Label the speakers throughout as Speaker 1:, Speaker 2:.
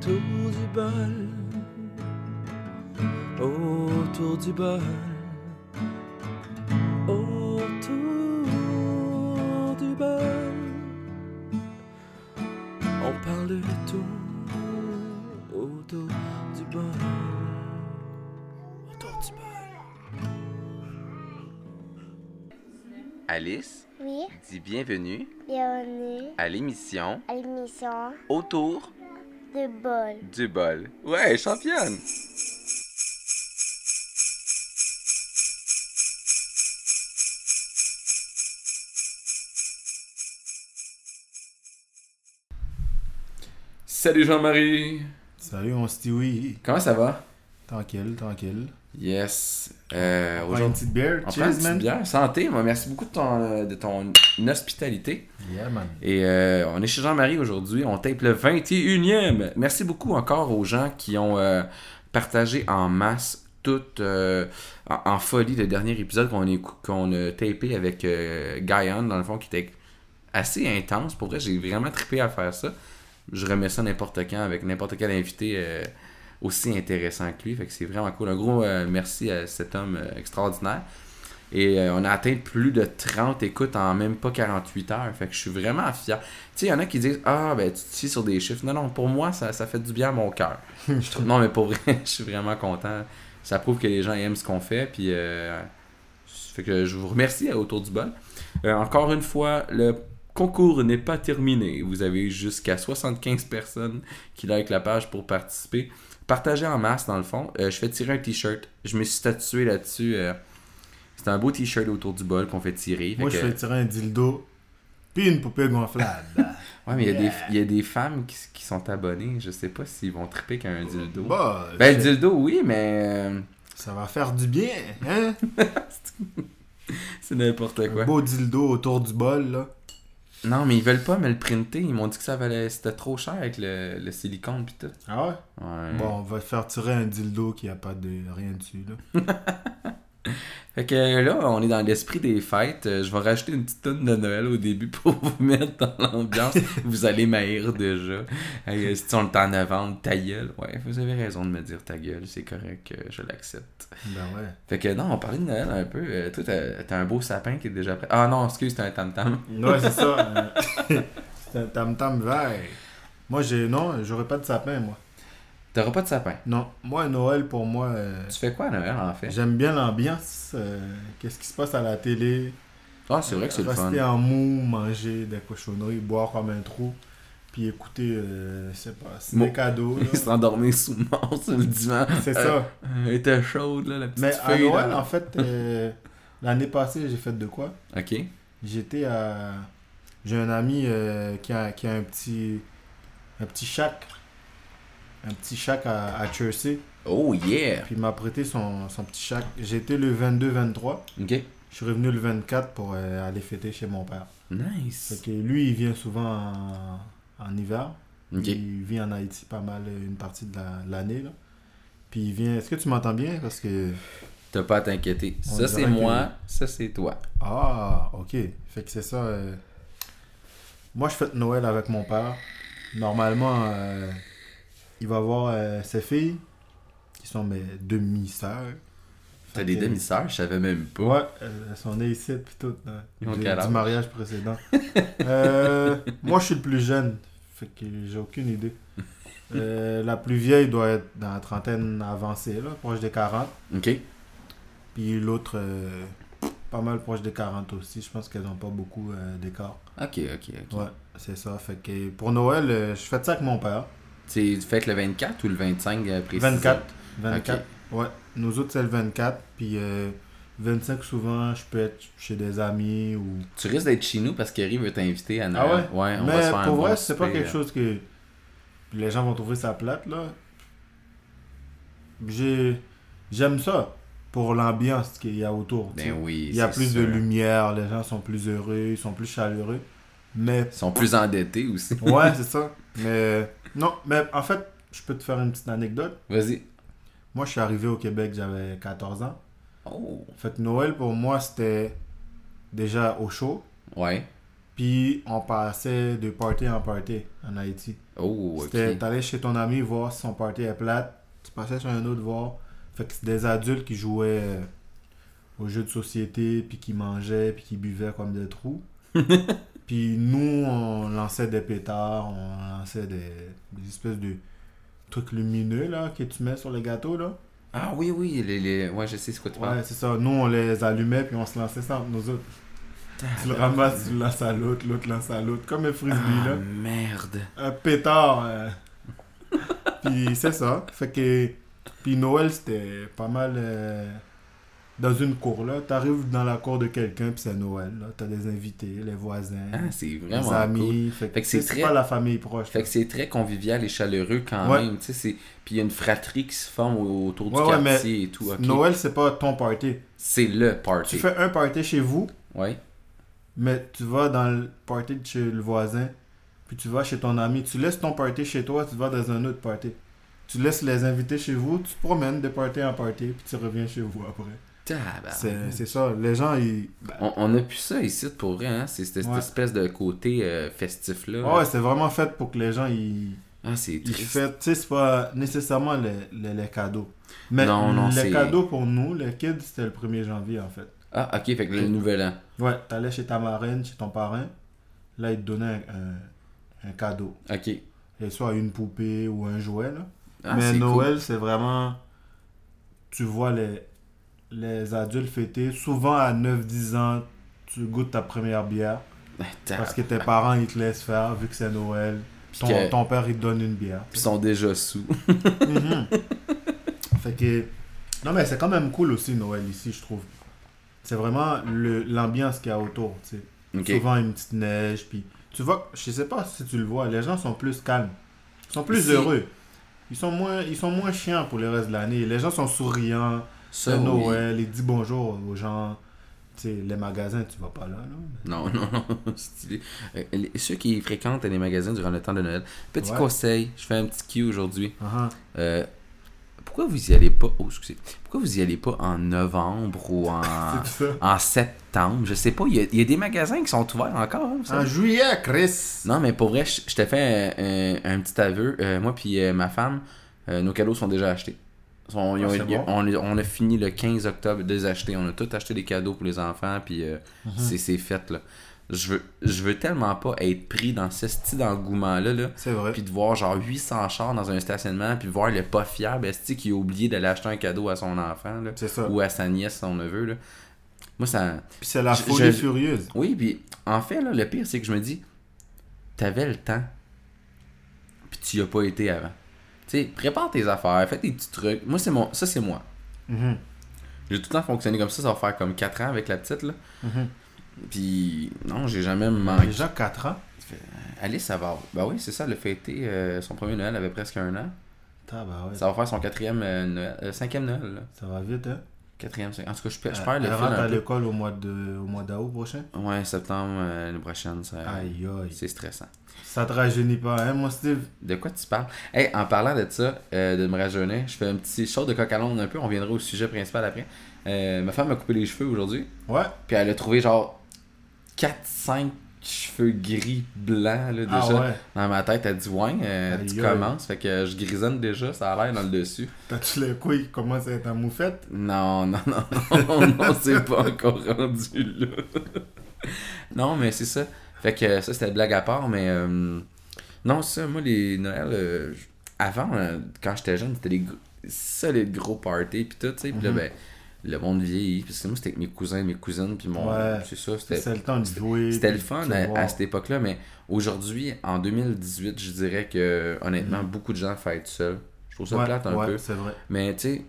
Speaker 1: autour du bol, autour du bol, autour du bol. On parle de tout autour du bol, autour du bol.
Speaker 2: Alice,
Speaker 3: Oui,
Speaker 2: dis bienvenue
Speaker 3: bienvenue
Speaker 2: à l'émission
Speaker 3: à l'émission
Speaker 2: Autour
Speaker 3: de bol.
Speaker 2: du bol. Ouais, championne!
Speaker 4: Salut Jean-Marie!
Speaker 5: Salut mon Stewie.
Speaker 4: Comment ça va?
Speaker 5: Tranquille, tranquille.
Speaker 4: Yes. Euh,
Speaker 5: Prends une
Speaker 4: aujourd'hui,
Speaker 5: petite bière.
Speaker 4: on prend une
Speaker 5: Cheers,
Speaker 4: petite
Speaker 5: man.
Speaker 4: bière. Santé, moi, merci beaucoup de ton, euh, de ton hospitalité.
Speaker 5: Yeah, man.
Speaker 4: Et euh, on est chez Jean-Marie aujourd'hui, on tape le 21e. Merci beaucoup encore aux gens qui ont euh, partagé en masse tout euh, en, en folie le dernier épisode qu'on écou- qu'on a tapé avec euh, Guyon, dans le fond, qui était assez intense. Pour vrai, j'ai vraiment trippé à faire ça. Je remets ça n'importe quand avec n'importe quel invité euh, aussi intéressant que lui. Fait que c'est vraiment cool. Un gros euh, merci à cet homme euh, extraordinaire. Et euh, on a atteint plus de 30 écoutes en même pas 48 heures. Fait que je suis vraiment fier. Tu sais, il y en a qui disent Ah, ben tu te fies sur des chiffres. Non, non, pour moi, ça, ça fait du bien à mon cœur. Je trouve- non, mais pour vrai, je suis vraiment content. Ça prouve que les gens aiment ce qu'on fait. Puis, euh, fait que je vous remercie à autour du bol. Euh, encore une fois, le concours n'est pas terminé. Vous avez jusqu'à 75 personnes qui likent la page pour participer. Partagez en masse, dans le fond. Euh, je fais tirer un t-shirt. Je me suis statué là-dessus. euh, c'est un beau t-shirt autour du bol qu'on fait tirer. Fait
Speaker 5: Moi, je
Speaker 4: que-
Speaker 5: fais tirer un dildo. Puis une poupée gonflable.
Speaker 4: Ouais, mais il y a des- il y, a des femmes qui, qui sont abonnées. Je sais pas s'ils vont triper qu'un dildo.
Speaker 5: bah,
Speaker 4: ben, le
Speaker 5: shit,
Speaker 4: dildo, oui, mais euh,
Speaker 5: ça va faire du bien, hein?
Speaker 4: c'est n'importe quoi.
Speaker 5: Un beau dildo autour du bol, là.
Speaker 4: Non, mais ils veulent pas me le printer. Ils m'ont dit que ça valait, c'était trop cher avec le, le silicone pis tout.
Speaker 5: Ah ouais?
Speaker 4: Ouais.
Speaker 5: Bon, on va faire tirer un dildo qui a pas de rien dessus, là.
Speaker 4: Fait que euh, là, on est dans l'esprit des fêtes. Euh, Je vais rajouter une petite tonne de Noël au début pour vous mettre dans l'ambiance. vous allez m'haïr déjà. Hey, euh, si on est en novembre, ta gueule. Ouais, vous avez raison de me dire ta gueule. C'est correct, euh, je l'accepte.
Speaker 5: Ben ouais.
Speaker 4: Fait que non, on parlait de Noël un peu. Euh, toi, t'as t'as un beau sapin qui est déjà prêt. Ah non, excuse, t'as un tam-tam.
Speaker 5: Ouais, c'est ça. euh, c'est un tam-tam vert. Moi, j'ai. Non, j'aurais pas de sapin, moi.
Speaker 4: T'auras pas de sapin.
Speaker 5: Non. Moi, Noël, pour moi. euh,
Speaker 4: Tu fais quoi à Noël, en fait?
Speaker 5: J'aime bien l'ambiance. euh, Qu'est-ce qui se passe à la télé?
Speaker 4: Ah, c'est vrai que c'est le fun.
Speaker 5: Rester en mou, manger des cochonneries, boire comme un trou, puis écouter, euh, je sais pas, c'est
Speaker 4: Mo-
Speaker 5: des cadeaux. là.
Speaker 4: Il s'endormait sous mort sur le divan.
Speaker 5: C'est
Speaker 4: Euh,
Speaker 5: ça.
Speaker 4: Elle était chaude, là, la petite
Speaker 5: Mais à
Speaker 4: feuille.
Speaker 5: Noël,
Speaker 4: là.
Speaker 5: en fait, euh, l'année passée, j'ai fait de quoi
Speaker 4: OK.
Speaker 5: J'étais à. J'ai un ami euh, qui, a, qui a un petit. Un petit shack. Un petit shack à, à Jersey.
Speaker 4: Oh, yeah!
Speaker 5: Puis il m'a prêté son, son petit shack. J'étais le 22-23.
Speaker 4: OK.
Speaker 5: Je suis revenu le 24 pour euh, aller fêter chez mon père. Fait
Speaker 4: Nice.
Speaker 5: que lui, il vient souvent en, en hiver.
Speaker 4: OK.
Speaker 5: Il vit en Haïti pas mal euh, une partie de la- l'année. là. Puis il vient. Est-ce que tu m'entends bien? Parce que.
Speaker 4: T'as pas à t'inquiéter.
Speaker 5: On
Speaker 4: Ça, c'est
Speaker 5: dirait que-
Speaker 4: moi. Ça, c'est toi.
Speaker 5: Ah, ok. Fait que c'est ça. euh. Moi, je fête Noël avec mon père. Normalement, euh, il va voir euh, ses filles, qui sont mes demi-sœurs.
Speaker 4: T'as
Speaker 5: Fait
Speaker 4: des
Speaker 5: que-
Speaker 4: demi-sœurs, je savais même pas.
Speaker 5: Ouais, Euh, elles elles sont nées ici puis tout. hein.
Speaker 4: Ils ont
Speaker 5: Du-
Speaker 4: quel âge?
Speaker 5: Du mariage précédent. Euh, moi, je suis le plus jeune. Fait que j'ai aucune idée. Euh, la plus vieille doit être dans la trentaine avancée, là, proche des 40.
Speaker 4: OK.
Speaker 5: Puis l'autre, euh, pas mal proche des 40 aussi. Je pense qu'elles n'ont pas beaucoup euh, d'écart.
Speaker 4: OK, OK, OK.
Speaker 5: Ouais, c'est ça. Fait que pour Noël, euh, je fais ça avec mon père.
Speaker 4: Tu fais le 24 ou le 25 euh, précisément?
Speaker 5: 24. 24. Ouais. Nous autres, c'est le 24. Puis euh, 25, souvent, je peux être chez des amis ou.
Speaker 4: Tu risques d'être chez nous parce qu'Harry veut t'inviter à
Speaker 5: Ah ouais?
Speaker 4: Noël. ouais? on va se
Speaker 5: Mais
Speaker 4: faire un
Speaker 5: pour
Speaker 4: bon
Speaker 5: vrai, c'est pas
Speaker 4: souper,
Speaker 5: quelque
Speaker 4: euh.
Speaker 5: chose que les gens vont trouver ça plate, là. J'ai... J'aime ça pour l'ambiance qu'il y a autour. tu sais.
Speaker 4: Ben oui,
Speaker 5: Il y a
Speaker 4: c'est
Speaker 5: plus de
Speaker 4: sûr.
Speaker 5: lumière, les gens sont plus heureux, ils sont plus chaleureux. Mais,
Speaker 4: Ils sont plus endettés aussi.
Speaker 5: ouais, c'est ça. Mais, non, mais en fait, je peux te faire une petite anecdote.
Speaker 4: Vas-y.
Speaker 5: Moi, je suis arrivé au Québec, j'avais 14 ans.
Speaker 4: Oh.
Speaker 5: Fait que Noël, pour moi, c'était déjà au chaud.
Speaker 4: Ouais.
Speaker 5: Puis, on passait de party en party en Haïti.
Speaker 4: Oh, ok.
Speaker 5: C'était, t'allais chez ton ami voir si son party est plate, tu passais sur un autre voir. Fait que c'est des adultes qui jouaient euh, aux jeux de société, puis qui mangeaient, puis qui buvaient comme des trous. puis nous, on lançait des pétards, on lançait des, des espèces de trucs lumineux, là, que tu mets sur les gâteaux, là.
Speaker 4: Ah oui, oui, les, les... ouais, je sais ce que tu parles.
Speaker 5: Ouais, c'est ça. Nous, on les allumait, puis on se lançait ça entre nous autres. Tu le ramasses, tu le lances à l'autre, l'autre lance à l'autre, comme un frisbee,
Speaker 4: Ah,
Speaker 5: là
Speaker 4: merde.
Speaker 5: un pétard. euh. puis c'est ça. Fait que. Puis Noël, c'était pas mal euh, dans une cour là. T'arrives dans la cour de quelqu'un, puis c'est Noël. là. T'as des invités, les voisins,
Speaker 4: Ah, c'est
Speaker 5: les
Speaker 4: vraiment cool.
Speaker 5: amis. Fait que,
Speaker 4: Fait que
Speaker 5: c'est
Speaker 4: c'est
Speaker 5: c'est
Speaker 4: très-
Speaker 5: pas la famille proche.
Speaker 4: Fait que c'est très convivial et chaleureux quand
Speaker 5: Ouais.
Speaker 4: même. tu sais, c'est- Puis il y a une fratrie qui se forme au- autour
Speaker 5: Ouais,
Speaker 4: du
Speaker 5: ouais, mais
Speaker 4: quartier et tout. ok.
Speaker 5: Noël, c'est pas ton party.
Speaker 4: C'est le
Speaker 5: Tu
Speaker 4: party.
Speaker 5: fais un party chez vous,
Speaker 4: Ouais.
Speaker 5: mais tu vas dans le party de chez le voisin, puis tu vas chez ton ami. Tu laisses ton party chez toi, tu vas dans un autre party. Tu laisses les invités chez vous, tu te promènes de party en party, puis tu reviens chez vous après.
Speaker 4: Tabarnak.
Speaker 5: C'est c'est ça. Les gens, ils. ben,
Speaker 4: On, on a plus ça ici pour vrai, hein? C'est cette, cette
Speaker 5: Ouais.
Speaker 4: espèce de côté euh, festif là.
Speaker 5: ouais, c'est vraiment fait pour que les gens, ils.
Speaker 4: Ah, c'est
Speaker 5: ils
Speaker 4: triste.
Speaker 5: fêtent. Tu sais, c'est pas nécessairement les, les, les cadeaux. Mais
Speaker 4: Non, non, c'est-
Speaker 5: les cadeaux pour nous, les kids, c'était le 1er janvier, en fait.
Speaker 4: Ah, ok, fait que le nouvel an.
Speaker 5: Ouais, t'allais chez ta marraine, chez ton parrain. Là, ils te donnaient un, un- un cadeau.
Speaker 4: Ok.
Speaker 5: Et soit une poupée ou un jouet, là.
Speaker 4: Ah,
Speaker 5: Mais
Speaker 4: c'est
Speaker 5: Noël, c'est vraiment. Tu vois les, les adultes fêter. Souvent, à 9-10 ans, tu goûtes ta première bière.
Speaker 4: cool. Ah, tab-
Speaker 5: Parce que tes parents, ils te laissent faire, vu que c'est Noël.
Speaker 4: Puis
Speaker 5: Ton,
Speaker 4: que-
Speaker 5: ton père, il te donne une bière.
Speaker 4: Puis ils sont déjà sous.
Speaker 5: Mhm. Fait que... Non, mais c'est quand même cool aussi, Noël, ici, je trouve. C'est vraiment le- l'ambiance qu'il y a autour, tu sais.
Speaker 4: ok.
Speaker 5: Souvent, une petite neige, puis... Tu vois, je sais pas si tu le vois, les gens sont plus calmes. Ils sont plus
Speaker 4: Ici-
Speaker 5: heureux. Ils sont, moins, ils sont moins chiants pour le reste de l'année. Les gens sont souriants.
Speaker 4: Ça,
Speaker 5: C'est
Speaker 4: oui.
Speaker 5: Noël, ils disent bonjour aux gens. Tu sais, les magasins, tu vas pas là, là.
Speaker 4: Non, non, non. stylé. Euh, les- ceux qui fréquentent les magasins durant le temps de Noël, petit
Speaker 5: Ouais.
Speaker 4: conseil, je fais un petit cue aujourd'hui.
Speaker 5: Ah, ah.
Speaker 4: Euh, pourquoi vous y allez pas oh, excusez. Pourquoi vous y allez pas en novembre ou en,
Speaker 5: C'est ça.
Speaker 4: en septembre Je sais pas, il y, a- il y a des magasins qui sont ouverts encore. hein, vous savez.
Speaker 5: En juillet, Chris!
Speaker 4: Non, mais pour vrai, je je t'ai fait un, un- un petit aveu. Euh, moi puis euh, ma femme, euh, nos cadeaux sont déjà achetés. Sont- ils ont-
Speaker 5: Ah, c'est
Speaker 4: ils-
Speaker 5: bon.
Speaker 4: on, les- on a fini le 15 octobre de les acheter. On a tout acheté des cadeaux pour les enfants, puis euh,
Speaker 5: Mhm.
Speaker 4: c'est- c'est fait, là. Je veux, je veux tellement pas être pris dans ce style d'engouement-là, là,
Speaker 5: C'est vrai.
Speaker 4: puis de voir genre 800 chars dans un stationnement, puis voir le pas fiable esti qui a oublié d'aller acheter un cadeau à son enfant, là,
Speaker 5: C'est ça.
Speaker 4: ou à sa nièce, son neveu, là. Moi, ça...
Speaker 5: Puis c'est la
Speaker 4: Je-
Speaker 5: folie
Speaker 4: je-
Speaker 5: furieuse.
Speaker 4: Oui, puis en fait, là, le pire, c'est que je me dis, t'avais le temps, puis tu y as pas été avant. Tu sais, prépare tes affaires, fais tes petits trucs. Moi, c'est mon, ça, c'est moi.
Speaker 5: Mhm.
Speaker 4: J'ai tout le temps fonctionné comme ça, ça va faire comme 4 ans avec la petite, là.
Speaker 5: Mhm.
Speaker 4: Puis, non, j'ai jamais manqué.
Speaker 5: Déjà 4 ans.
Speaker 4: Alice, ça va. Ben oui, c'est ça, le fêté, euh, son premier Noël avait presque un an.
Speaker 5: Tabarouette.
Speaker 4: Ça va faire son quatrième euh, Noël, euh, cinquième Noël, là.
Speaker 5: Ça va vite, hein?
Speaker 4: Quatrième, cinquième. En tout cas, je, pe- je
Speaker 5: Elle-
Speaker 4: perds le
Speaker 5: Euh, elle
Speaker 4: fil
Speaker 5: rentre
Speaker 4: un
Speaker 5: à
Speaker 4: peu.
Speaker 5: l'école au mois de- au mois d'août prochain.
Speaker 4: Ouais, septembre, euh, l'année prochaine, ça,
Speaker 5: Aïe, aïe.
Speaker 4: c'est stressant.
Speaker 5: Ça te rajeunit pas, hein, mon Steve?
Speaker 4: De quoi tu parles? Hey, en parlant de ça, euh, de me rajeunir, je fais un petit show de coq à l'âne un peu, on viendra au sujet principal après. Euh, ma femme m'a coupé les cheveux aujourd'hui,
Speaker 5: Ouais.
Speaker 4: puis elle a trouvé genre 4-5 cheveux gris blancs là, déjà
Speaker 5: Ah ouais.
Speaker 4: dans ma tête. Elle dit Ouais, euh,
Speaker 5: Aïe,
Speaker 4: tu
Speaker 5: aïe.
Speaker 4: commences, fait que je grisonne déjà, ça a l'air dans le dessus.
Speaker 5: T'as-tu les couilles qui commencent à être en moufette?
Speaker 4: Non, non, non, non, on s'est pas encore rendu là. non, mais c'est ça. Fait que ça, c'était blague à part, mais euh, non, ça, moi, les Noël, euh, j- avant, euh, quand j'étais jeune, c'était des gr- solides gros parties, puis tout, tu sais, puis
Speaker 5: Mhm.
Speaker 4: là, ben, le monde vieillit, parce que moi, c'était avec mes cousins, mes cousines, puis mon.
Speaker 5: Ouais.
Speaker 4: C'est ça, c'était.
Speaker 5: C'est le temps de jouer.
Speaker 4: C'était le
Speaker 5: puis
Speaker 4: fun
Speaker 5: de
Speaker 4: à,
Speaker 5: voir.
Speaker 4: à cette époque-là, mais aujourd'hui, en 2018, je dirais que, honnêtement, beaucoup de gens fêtent seuls. Je trouve ça
Speaker 5: Mhm. Ouais,
Speaker 4: plate un
Speaker 5: ouais,
Speaker 4: peu.
Speaker 5: c'est vrai.
Speaker 4: Mais tu sais,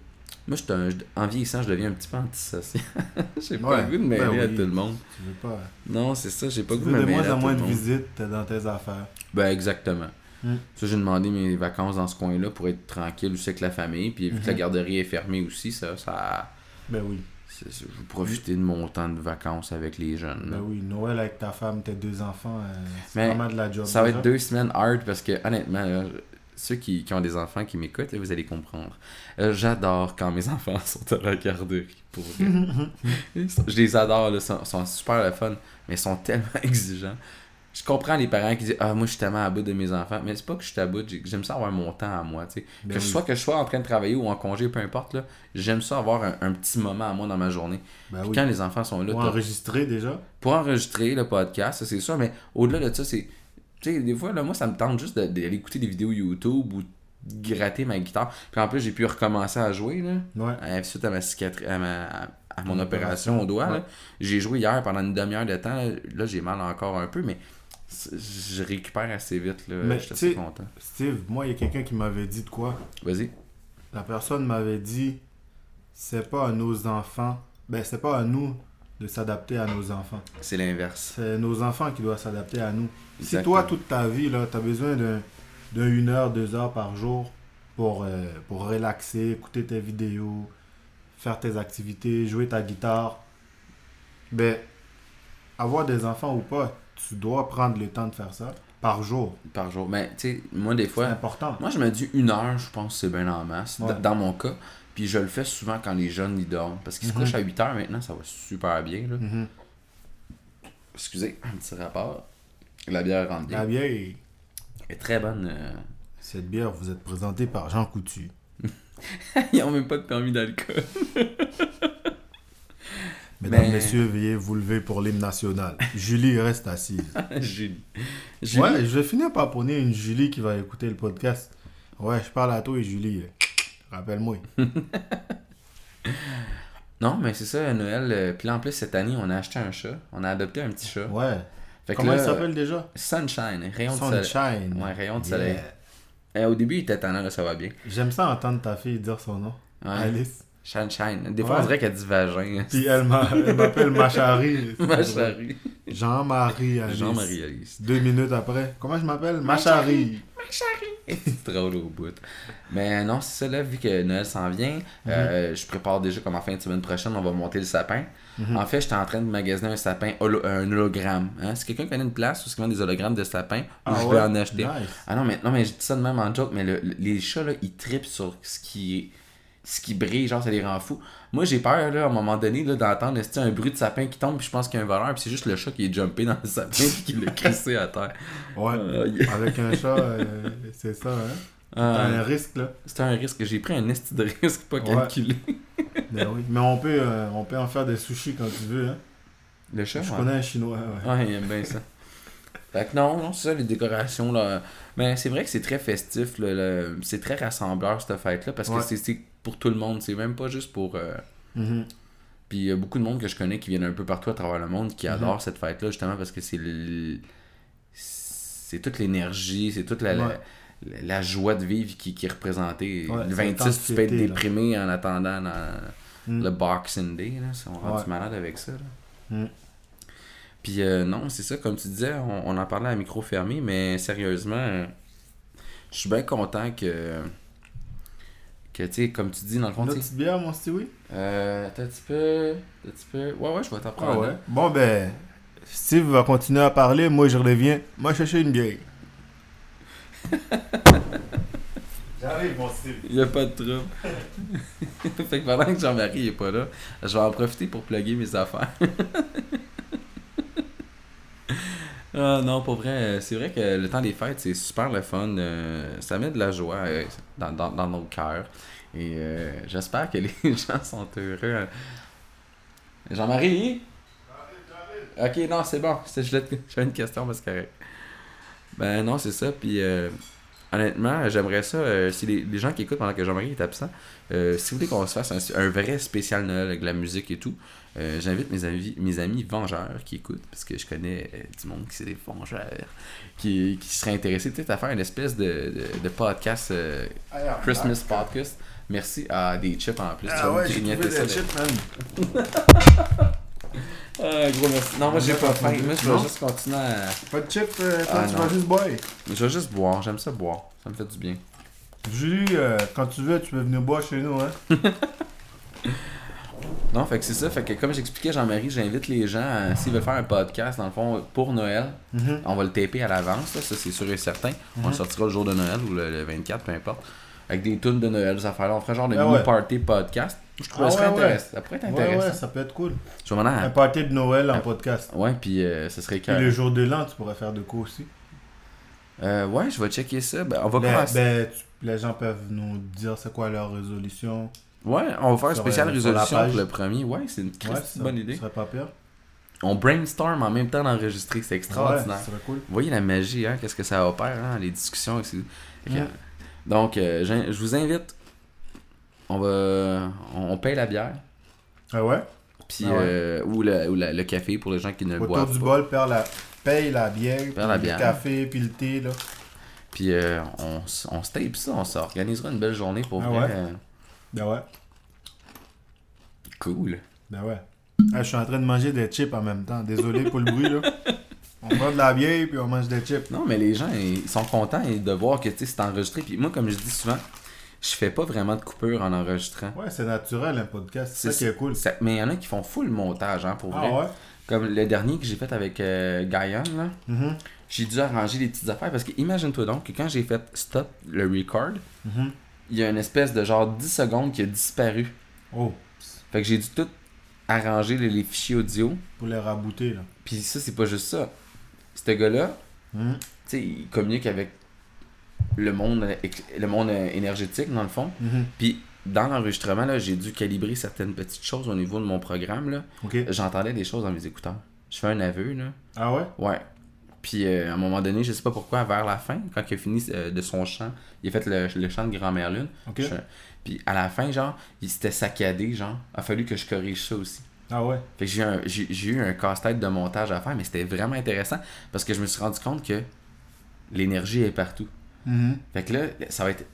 Speaker 4: moi, j'étais un- je- en vieillissant, je deviens un petit peu antisocial. j'ai pas le
Speaker 5: Ouais,
Speaker 4: goût de m'aider
Speaker 5: ben
Speaker 4: à
Speaker 5: oui.
Speaker 4: tout le monde.
Speaker 5: Tu veux pas.
Speaker 4: Non, c'est ça, j'ai pas
Speaker 5: Tu
Speaker 4: le goût de
Speaker 5: veux de
Speaker 4: m'aider à
Speaker 5: moins
Speaker 4: tout
Speaker 5: en moins
Speaker 4: le
Speaker 5: de
Speaker 4: monde.
Speaker 5: visites t'es dans tes affaires.
Speaker 4: Ben, exactement.
Speaker 5: Mm.
Speaker 4: Ça, j'ai demandé mes vacances dans ce coin-là pour être tranquille aussi avec la famille. Puis, vu que la
Speaker 5: Mhm.
Speaker 4: garderie est fermée aussi, ça, ça.
Speaker 5: Ben oui.
Speaker 4: c'est- c'est- Je veux profiter de mon temps de vacances avec les jeunes. là.
Speaker 5: Ben oui. Noël avec ta femme, tes deux enfants, euh, c'est
Speaker 4: Mm. Mais
Speaker 5: vraiment de la job.
Speaker 4: Ça va
Speaker 5: déjà.
Speaker 4: être deux semaines hard parce que, honnêtement, là, ceux qui, qui ont des enfants qui m'écoutent, là, vous allez comprendre. Euh, J'adore quand mes enfants sont à la garderie, pour vrai. Ils sont- Je les adore, là, sont, sont super le fun, mais ils sont tellement exigeants. Je comprends les parents qui disent Ah, moi, je suis tellement à bout de mes enfants. Mais c'est pas que je suis à bout. j'ai- J'aime ça avoir mon temps à moi. tu sais.
Speaker 5: Ben
Speaker 4: que je
Speaker 5: oui.
Speaker 4: sois que je sois en train de travailler ou en congé, peu importe, là, j'aime ça avoir un, un petit moment à moi dans ma journée.
Speaker 5: Ben
Speaker 4: Puis
Speaker 5: oui.
Speaker 4: quand les enfants sont là,
Speaker 5: Pour
Speaker 4: t'as-
Speaker 5: enregistrer déjà.
Speaker 4: pour enregistrer le podcast, ça, c'est sûr, mais au-delà de ça, c'est. Tu sais, des fois, là, moi, ça me tente juste de- d'aller écouter des vidéos YouTube ou de gratter ma guitare. Puis en plus, j'ai pu recommencer à jouer, là.
Speaker 5: Ouais.
Speaker 4: Euh, suite à ma cicatrice, à, ma- à- à mon
Speaker 5: Ton
Speaker 4: opération au doigt, là.
Speaker 5: ouais.
Speaker 4: j'ai joué hier pendant une demi-heure de temps. Là, j'ai mal encore un peu, mais c'est- je récupère assez vite, là.
Speaker 5: Mais
Speaker 4: je suis
Speaker 5: tu
Speaker 4: assez
Speaker 5: sais-
Speaker 4: content.
Speaker 5: Steve, moi, il y a quelqu'un qui m'avait dit de quoi
Speaker 4: Vas-y.
Speaker 5: La personne m'avait dit c'est pas à nos enfants, ben c'est pas à nous de s'adapter à nos enfants.
Speaker 4: C'est l'inverse.
Speaker 5: C'est nos enfants qui doivent s'adapter à nous. Si
Speaker 4: Exactement.
Speaker 5: toi, toute ta vie, là, t'as besoin d'un de une heure, deux heures par jour pour, euh, pour relaxer, écouter tes vidéos, faire tes activités, jouer ta guitare, ben, avoir des enfants ou pas, tu dois prendre le temps de faire ça par jour.
Speaker 4: Par jour. Mais, tu sais, moi, des
Speaker 5: C'est
Speaker 4: fois,
Speaker 5: important.
Speaker 4: Moi, je me dis une heure, je pense que c'est bien en masse, d-
Speaker 5: Ouais.
Speaker 4: dans mon cas. Puis je le fais souvent quand les jeunes ils dorment. Parce qu'ils
Speaker 5: Mhm.
Speaker 4: se couchent à 8 heures maintenant, ça va super bien. Là.
Speaker 5: Mhm.
Speaker 4: Excusez, un petit rapport. La bière rentre bien.
Speaker 5: La bière,
Speaker 4: Elle est très bonne. euh.
Speaker 5: cette bière vous êtes présentée par Jean Coutu.
Speaker 4: Ils n'ont même pas de permis d'alcool.
Speaker 5: Mesdames,
Speaker 4: Mais-
Speaker 5: messieurs, veuillez vous lever pour l'hymne national. Julie reste assise.
Speaker 4: Julie. Julie.
Speaker 5: ouais, je vais finir par prôner une Julie qui va écouter le podcast. Ouais, je parle à toi et Julie. euh, Rappelle-moi.
Speaker 4: Non, mais c'est ça, Noël. euh, Puis là, en plus, cette année, on a acheté un chat. On a adopté un petit chat.
Speaker 5: Ouais.
Speaker 4: Fait que
Speaker 5: Comment
Speaker 4: là,
Speaker 5: il s'appelle déjà
Speaker 4: Sunshine, rayon de soleil.
Speaker 5: Sunshine.
Speaker 4: Ouais, rayon de
Speaker 5: Yeah.
Speaker 4: soleil. Euh, au début, il était tannant, là, ça va bien.
Speaker 5: J'aime ça entendre ta fille dire son nom.
Speaker 4: Ouais.
Speaker 5: Alice.
Speaker 4: Sunshine. Des fois,
Speaker 5: Ouais.
Speaker 4: on dirait qu'elle dit vagin.
Speaker 5: Puis elle m'a- elle m'appelle Machari.
Speaker 4: Ma chérie.
Speaker 5: Jean-Marie Alice.
Speaker 4: Jean-Marie Alice.
Speaker 5: Deux minutes après. Comment je m'appelle Machari.
Speaker 4: C'est drôle au bout. Mais non, c'est ça, là, vu que Noël s'en vient,
Speaker 5: Mhm.
Speaker 4: euh, je prépare déjà comme en fin de semaine prochaine, on va monter le sapin. En fait, j'étais en train de magasiner un sapin, holo- un hologramme. Hein? Si quelqu'un connaît une place où ils vendent des hologrammes de sapin,
Speaker 5: Ah
Speaker 4: je
Speaker 5: ouais?
Speaker 4: vais en acheter.
Speaker 5: Nice.
Speaker 4: Ah non, mais, non, mais je dis ça de même en joke, mais le- le- les chats, là, ils tripent sur ce qui est ce qui brille, genre ça les rend fous. Moi j'ai peur là, à un moment donné là, d'entendre est-ce que un bruit de sapin qui tombe puis je pense qu'il y a un voleur puis c'est juste le chat qui est jumpé dans le sapin puis qui l'a crissé à terre.
Speaker 5: Ouais.
Speaker 4: Aïe.
Speaker 5: Avec un chat, euh, c'est ça, hein. T'as
Speaker 4: Ah,
Speaker 5: un risque, là.
Speaker 4: C'était un risque. J'ai pris un esti de risque pas
Speaker 5: Ouais.
Speaker 4: calculé.
Speaker 5: Mais Ben oui. Mais on peut, euh, on peut en faire des sushis quand tu veux, hein.
Speaker 4: Le chat,
Speaker 5: Je
Speaker 4: ouais. Ah.
Speaker 5: connais un chinois, ouais.
Speaker 4: Ouais, il aime bien ça. Fait que non, non, c'est ça, les décorations, là. Mais c'est vrai que c'est très festif, là, le- c'est très rassembleur, cette fête-là, parce
Speaker 5: Ouais.
Speaker 4: que c'est- c'est pour tout le monde, c'est même pas juste pour... euh,
Speaker 5: Mhm.
Speaker 4: Puis il y a beaucoup de monde que je connais qui viennent un peu partout à travers le monde,
Speaker 5: Mhm.
Speaker 4: qui adorent cette fête-là, justement, parce que c'est... le- C'est toute l'énergie, c'est toute la... la-
Speaker 5: Ouais.
Speaker 4: la- la joie de vivre qui, qui est représentée.
Speaker 5: Ouais,
Speaker 4: le
Speaker 5: c'est le temps de
Speaker 4: 26, tu peux être
Speaker 5: fêter, là.
Speaker 4: déprimé en attendant dans-
Speaker 5: Mm.
Speaker 4: le Boxing Day, là, on rend
Speaker 5: Ouais.
Speaker 4: du malade avec ça. là.
Speaker 5: Mm.
Speaker 4: Puis euh, non, c'est ça, comme tu disais, on, on en parlait à micro fermé, mais sérieusement, euh, je suis bien content que, que tu sais, comme tu dis, dans le fond,
Speaker 5: Notre
Speaker 4: tu sais,
Speaker 5: petite bière, mon Stewie
Speaker 4: euh, attends un petit peu, attends un petit peu, ouais, ouais, je vais t'en prendre.
Speaker 5: Ah ouais.
Speaker 4: un.
Speaker 5: Bon, ben, Steve va continuer à parler. Moi, je reviens. Moi, chercher une bière. J'arrive, mon Steve.
Speaker 4: Il n'y a pas de trouble. fait que pendant que Jean-Marie n'est pas là, je vais en profiter pour plugger mes affaires. Ah non, pour vrai, euh, c'est vrai que le temps des fêtes, c'est super le fun. euh, ça met de la joie euh, dans, dans, dans nos cœurs. Et euh, j'espère que les gens sont heureux. Jean-Marie? Ok, non, c'est bon. C'est- je l'ai- J'avais une question, parce que... Ben non, c'est ça. Puis... euh, Honnêtement, j'aimerais ça, euh, si les, les gens qui écoutent pendant que Jean-Marie est absent, euh, si vous voulez qu'on se fasse un, un vrai spécial Noël avec de la musique et tout, euh, j'invite mes amis, mes amis vengeurs qui écoutent, parce que je connais euh, du monde qui c'est des vengeurs, qui, qui seraient intéressés peut-être à faire une espèce de, de- de podcast, euh, Christmas podcast. Merci à des chips en plus. tu vas
Speaker 5: Ah, Ah
Speaker 4: me
Speaker 5: ouais, j'ai
Speaker 4: grignoter
Speaker 5: trouvé des
Speaker 4: ça de-
Speaker 5: chips, man.
Speaker 4: Ah, gros merci. Non, moi j'ai pas faim. Moi je
Speaker 5: Non?
Speaker 4: vais juste continuer à.
Speaker 5: Pas de chips, euh, toi,
Speaker 4: Ah,
Speaker 5: tu
Speaker 4: non.
Speaker 5: vas juste boire.
Speaker 4: Je vais juste boire, j'aime ça boire. Ça me fait du bien.
Speaker 5: Julie, euh, quand tu veux, tu peux venir boire chez nous, hein.
Speaker 4: Non, fait que c'est ça. Fait que comme j'expliquais, Jean-Marie, j'invite les gens, euh, s'ils veulent faire un podcast, dans le fond, pour Noël,
Speaker 5: Mhm.
Speaker 4: on va le taper à l'avance, là, ça c'est sûr et certain. On le sortira le jour de Noël ou le, le 24, peu importe. Avec des tunes de Noël, ça fait là, on fera genre de
Speaker 5: Ben
Speaker 4: mini
Speaker 5: ouais.
Speaker 4: party podcast. Je trouvais
Speaker 5: Ah
Speaker 4: ça
Speaker 5: ouais, ouais.
Speaker 4: intéressant. Ça pourrait être
Speaker 5: Ouais,
Speaker 4: intéressant. Ah.
Speaker 5: ouais, ça peut être cool.
Speaker 4: Je vais m'en aller
Speaker 5: Un
Speaker 4: à-
Speaker 5: party de Noël en podcast.
Speaker 4: Ouais, puis euh, ça serait
Speaker 5: Puis le
Speaker 4: carré.
Speaker 5: jour de l'an, tu pourrais faire de quoi aussi.
Speaker 4: Euh, ouais, je vais checker ça. Ben, on va
Speaker 5: Ben,
Speaker 4: commencer.
Speaker 5: ben, tu- les gens peuvent nous dire c'est quoi leur résolution.
Speaker 4: ouais, on va faire une
Speaker 5: sur,
Speaker 4: spéciale
Speaker 5: euh, sur la
Speaker 4: résolution
Speaker 5: page.
Speaker 4: pour le premier. Ouais, c'est une
Speaker 5: Ouais,
Speaker 4: Christine
Speaker 5: ça-
Speaker 4: bonne idée.
Speaker 5: Ça serait pas pire.
Speaker 4: On brainstorm en même temps d'enregistrer. C'est extraordinaire.
Speaker 5: Ouais, ça serait cool.
Speaker 4: Vous voyez la magie, hein, qu'est-ce que ça opère, hein, les discussions. avec ces- Fait que,
Speaker 5: Mm.
Speaker 4: euh, Donc, euh, j'in- je vous invite. On va. On, on paye la bière.
Speaker 5: Ah ouais?
Speaker 4: Puis,
Speaker 5: Ah ouais.
Speaker 4: euh, ou, le, ou la- le café pour les gens qui ne le
Speaker 5: Autour
Speaker 4: boivent
Speaker 5: du
Speaker 4: pas.
Speaker 5: bol, paye la, paye la bière,
Speaker 4: Paye la
Speaker 5: puis
Speaker 4: bière.
Speaker 5: le café, puis le thé. Là.
Speaker 4: Puis, euh, on, s- on se tape ça, on s'organisera une belle journée pour
Speaker 5: Ah
Speaker 4: vrai,
Speaker 5: ouais?
Speaker 4: euh,
Speaker 5: Ben ouais,
Speaker 4: cool.
Speaker 5: ben ouais. Ah, je suis en train de manger des chips en même temps. Désolé pour le bruit. là. On prend de la bière, puis on mange des chips.
Speaker 4: Non, mais les gens, ils sont contents et de voir que tu sais, c'est enregistré. Puis moi, comme je dis souvent, je fais pas vraiment de coupure en enregistrant.
Speaker 5: Ouais, c'est naturel un podcast. C'est ça qui est cool.
Speaker 4: ça- mais il y en a qui font full montage, hein, pour
Speaker 5: Ah
Speaker 4: vrai.
Speaker 5: ouais?
Speaker 4: Comme le dernier que j'ai fait avec euh, Guyan, là.
Speaker 5: Mhm.
Speaker 4: j'ai dû arranger des petites affaires parce que imagine-toi donc que quand j'ai fait stop le record,
Speaker 5: Mhm.
Speaker 4: il y a une espèce de genre 10 secondes qui a disparu.
Speaker 5: Oh,
Speaker 4: Fait que j'ai dû tout arranger les, les fichiers audio.
Speaker 5: pour les rabouter là.
Speaker 4: Puis ça, c'est pas juste ça. Ce gars-là,
Speaker 5: Mhm.
Speaker 4: tu sais, il communique avec le monde, ex- le monde euh, énergétique dans le fond.
Speaker 5: Mhm.
Speaker 4: Puis dans l'enregistrement, là, j'ai dû calibrer certaines petites choses au niveau de mon programme. Là.
Speaker 5: Ok.
Speaker 4: J'entendais des choses dans mes écouteurs. Je fais un aveu, là.
Speaker 5: Ah ouais?
Speaker 4: Ouais. Puis euh, à un moment donné, je sais pas pourquoi, vers la fin, quand il a fini euh, de son chant, il a fait le, le chant de Grand-Mère Lune.
Speaker 5: Ok.
Speaker 4: Je- puis à la fin, genre, il s'était saccadé, genre. A fallu que je corrige ça aussi.
Speaker 5: Ah ouais?
Speaker 4: Fait que j'ai eu un- j'ai j'ai eu un casse-tête de montage à faire, mais c'était vraiment intéressant parce que je me suis rendu compte que l'énergie est partout.
Speaker 5: Mhm.
Speaker 4: Fait que là, ça va être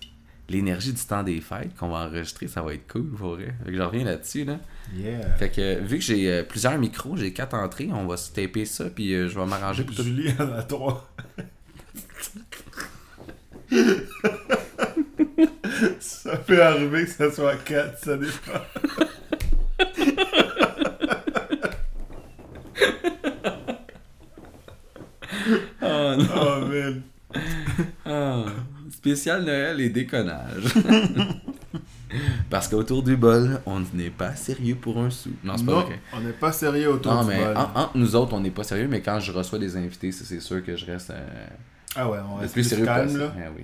Speaker 4: l'énergie du temps des fêtes qu'on va enregistrer, ça va être cool pour vrai. Fait que je reviens là-dessus, là.
Speaker 5: Yeah.
Speaker 4: Fait que euh, vu que j'ai euh, plusieurs micros, j'ai quatre entrées, on va se taper ça, puis euh, je vais m'arranger pour tout
Speaker 5: Julie en a trois. ça peut arriver que ça soit quatre, ça dépend.
Speaker 4: Oh non.
Speaker 5: Oh man.
Speaker 4: Ah, spécial Noël et déconnage. Parce qu'autour du bol, on n'est pas sérieux pour un sou. Non, c'est pas
Speaker 5: Non,
Speaker 4: vrai.
Speaker 5: on n'est pas sérieux autour
Speaker 4: Non,
Speaker 5: du
Speaker 4: mais
Speaker 5: bol.
Speaker 4: en- entre nous autres, on n'est pas sérieux, mais quand je reçois des invités, ça, c'est sûr que je reste euh,
Speaker 5: Ah ouais, on
Speaker 4: le
Speaker 5: reste
Speaker 4: plus
Speaker 5: plus
Speaker 4: sérieux
Speaker 5: calme
Speaker 4: possible.
Speaker 5: là.
Speaker 4: Ah oui.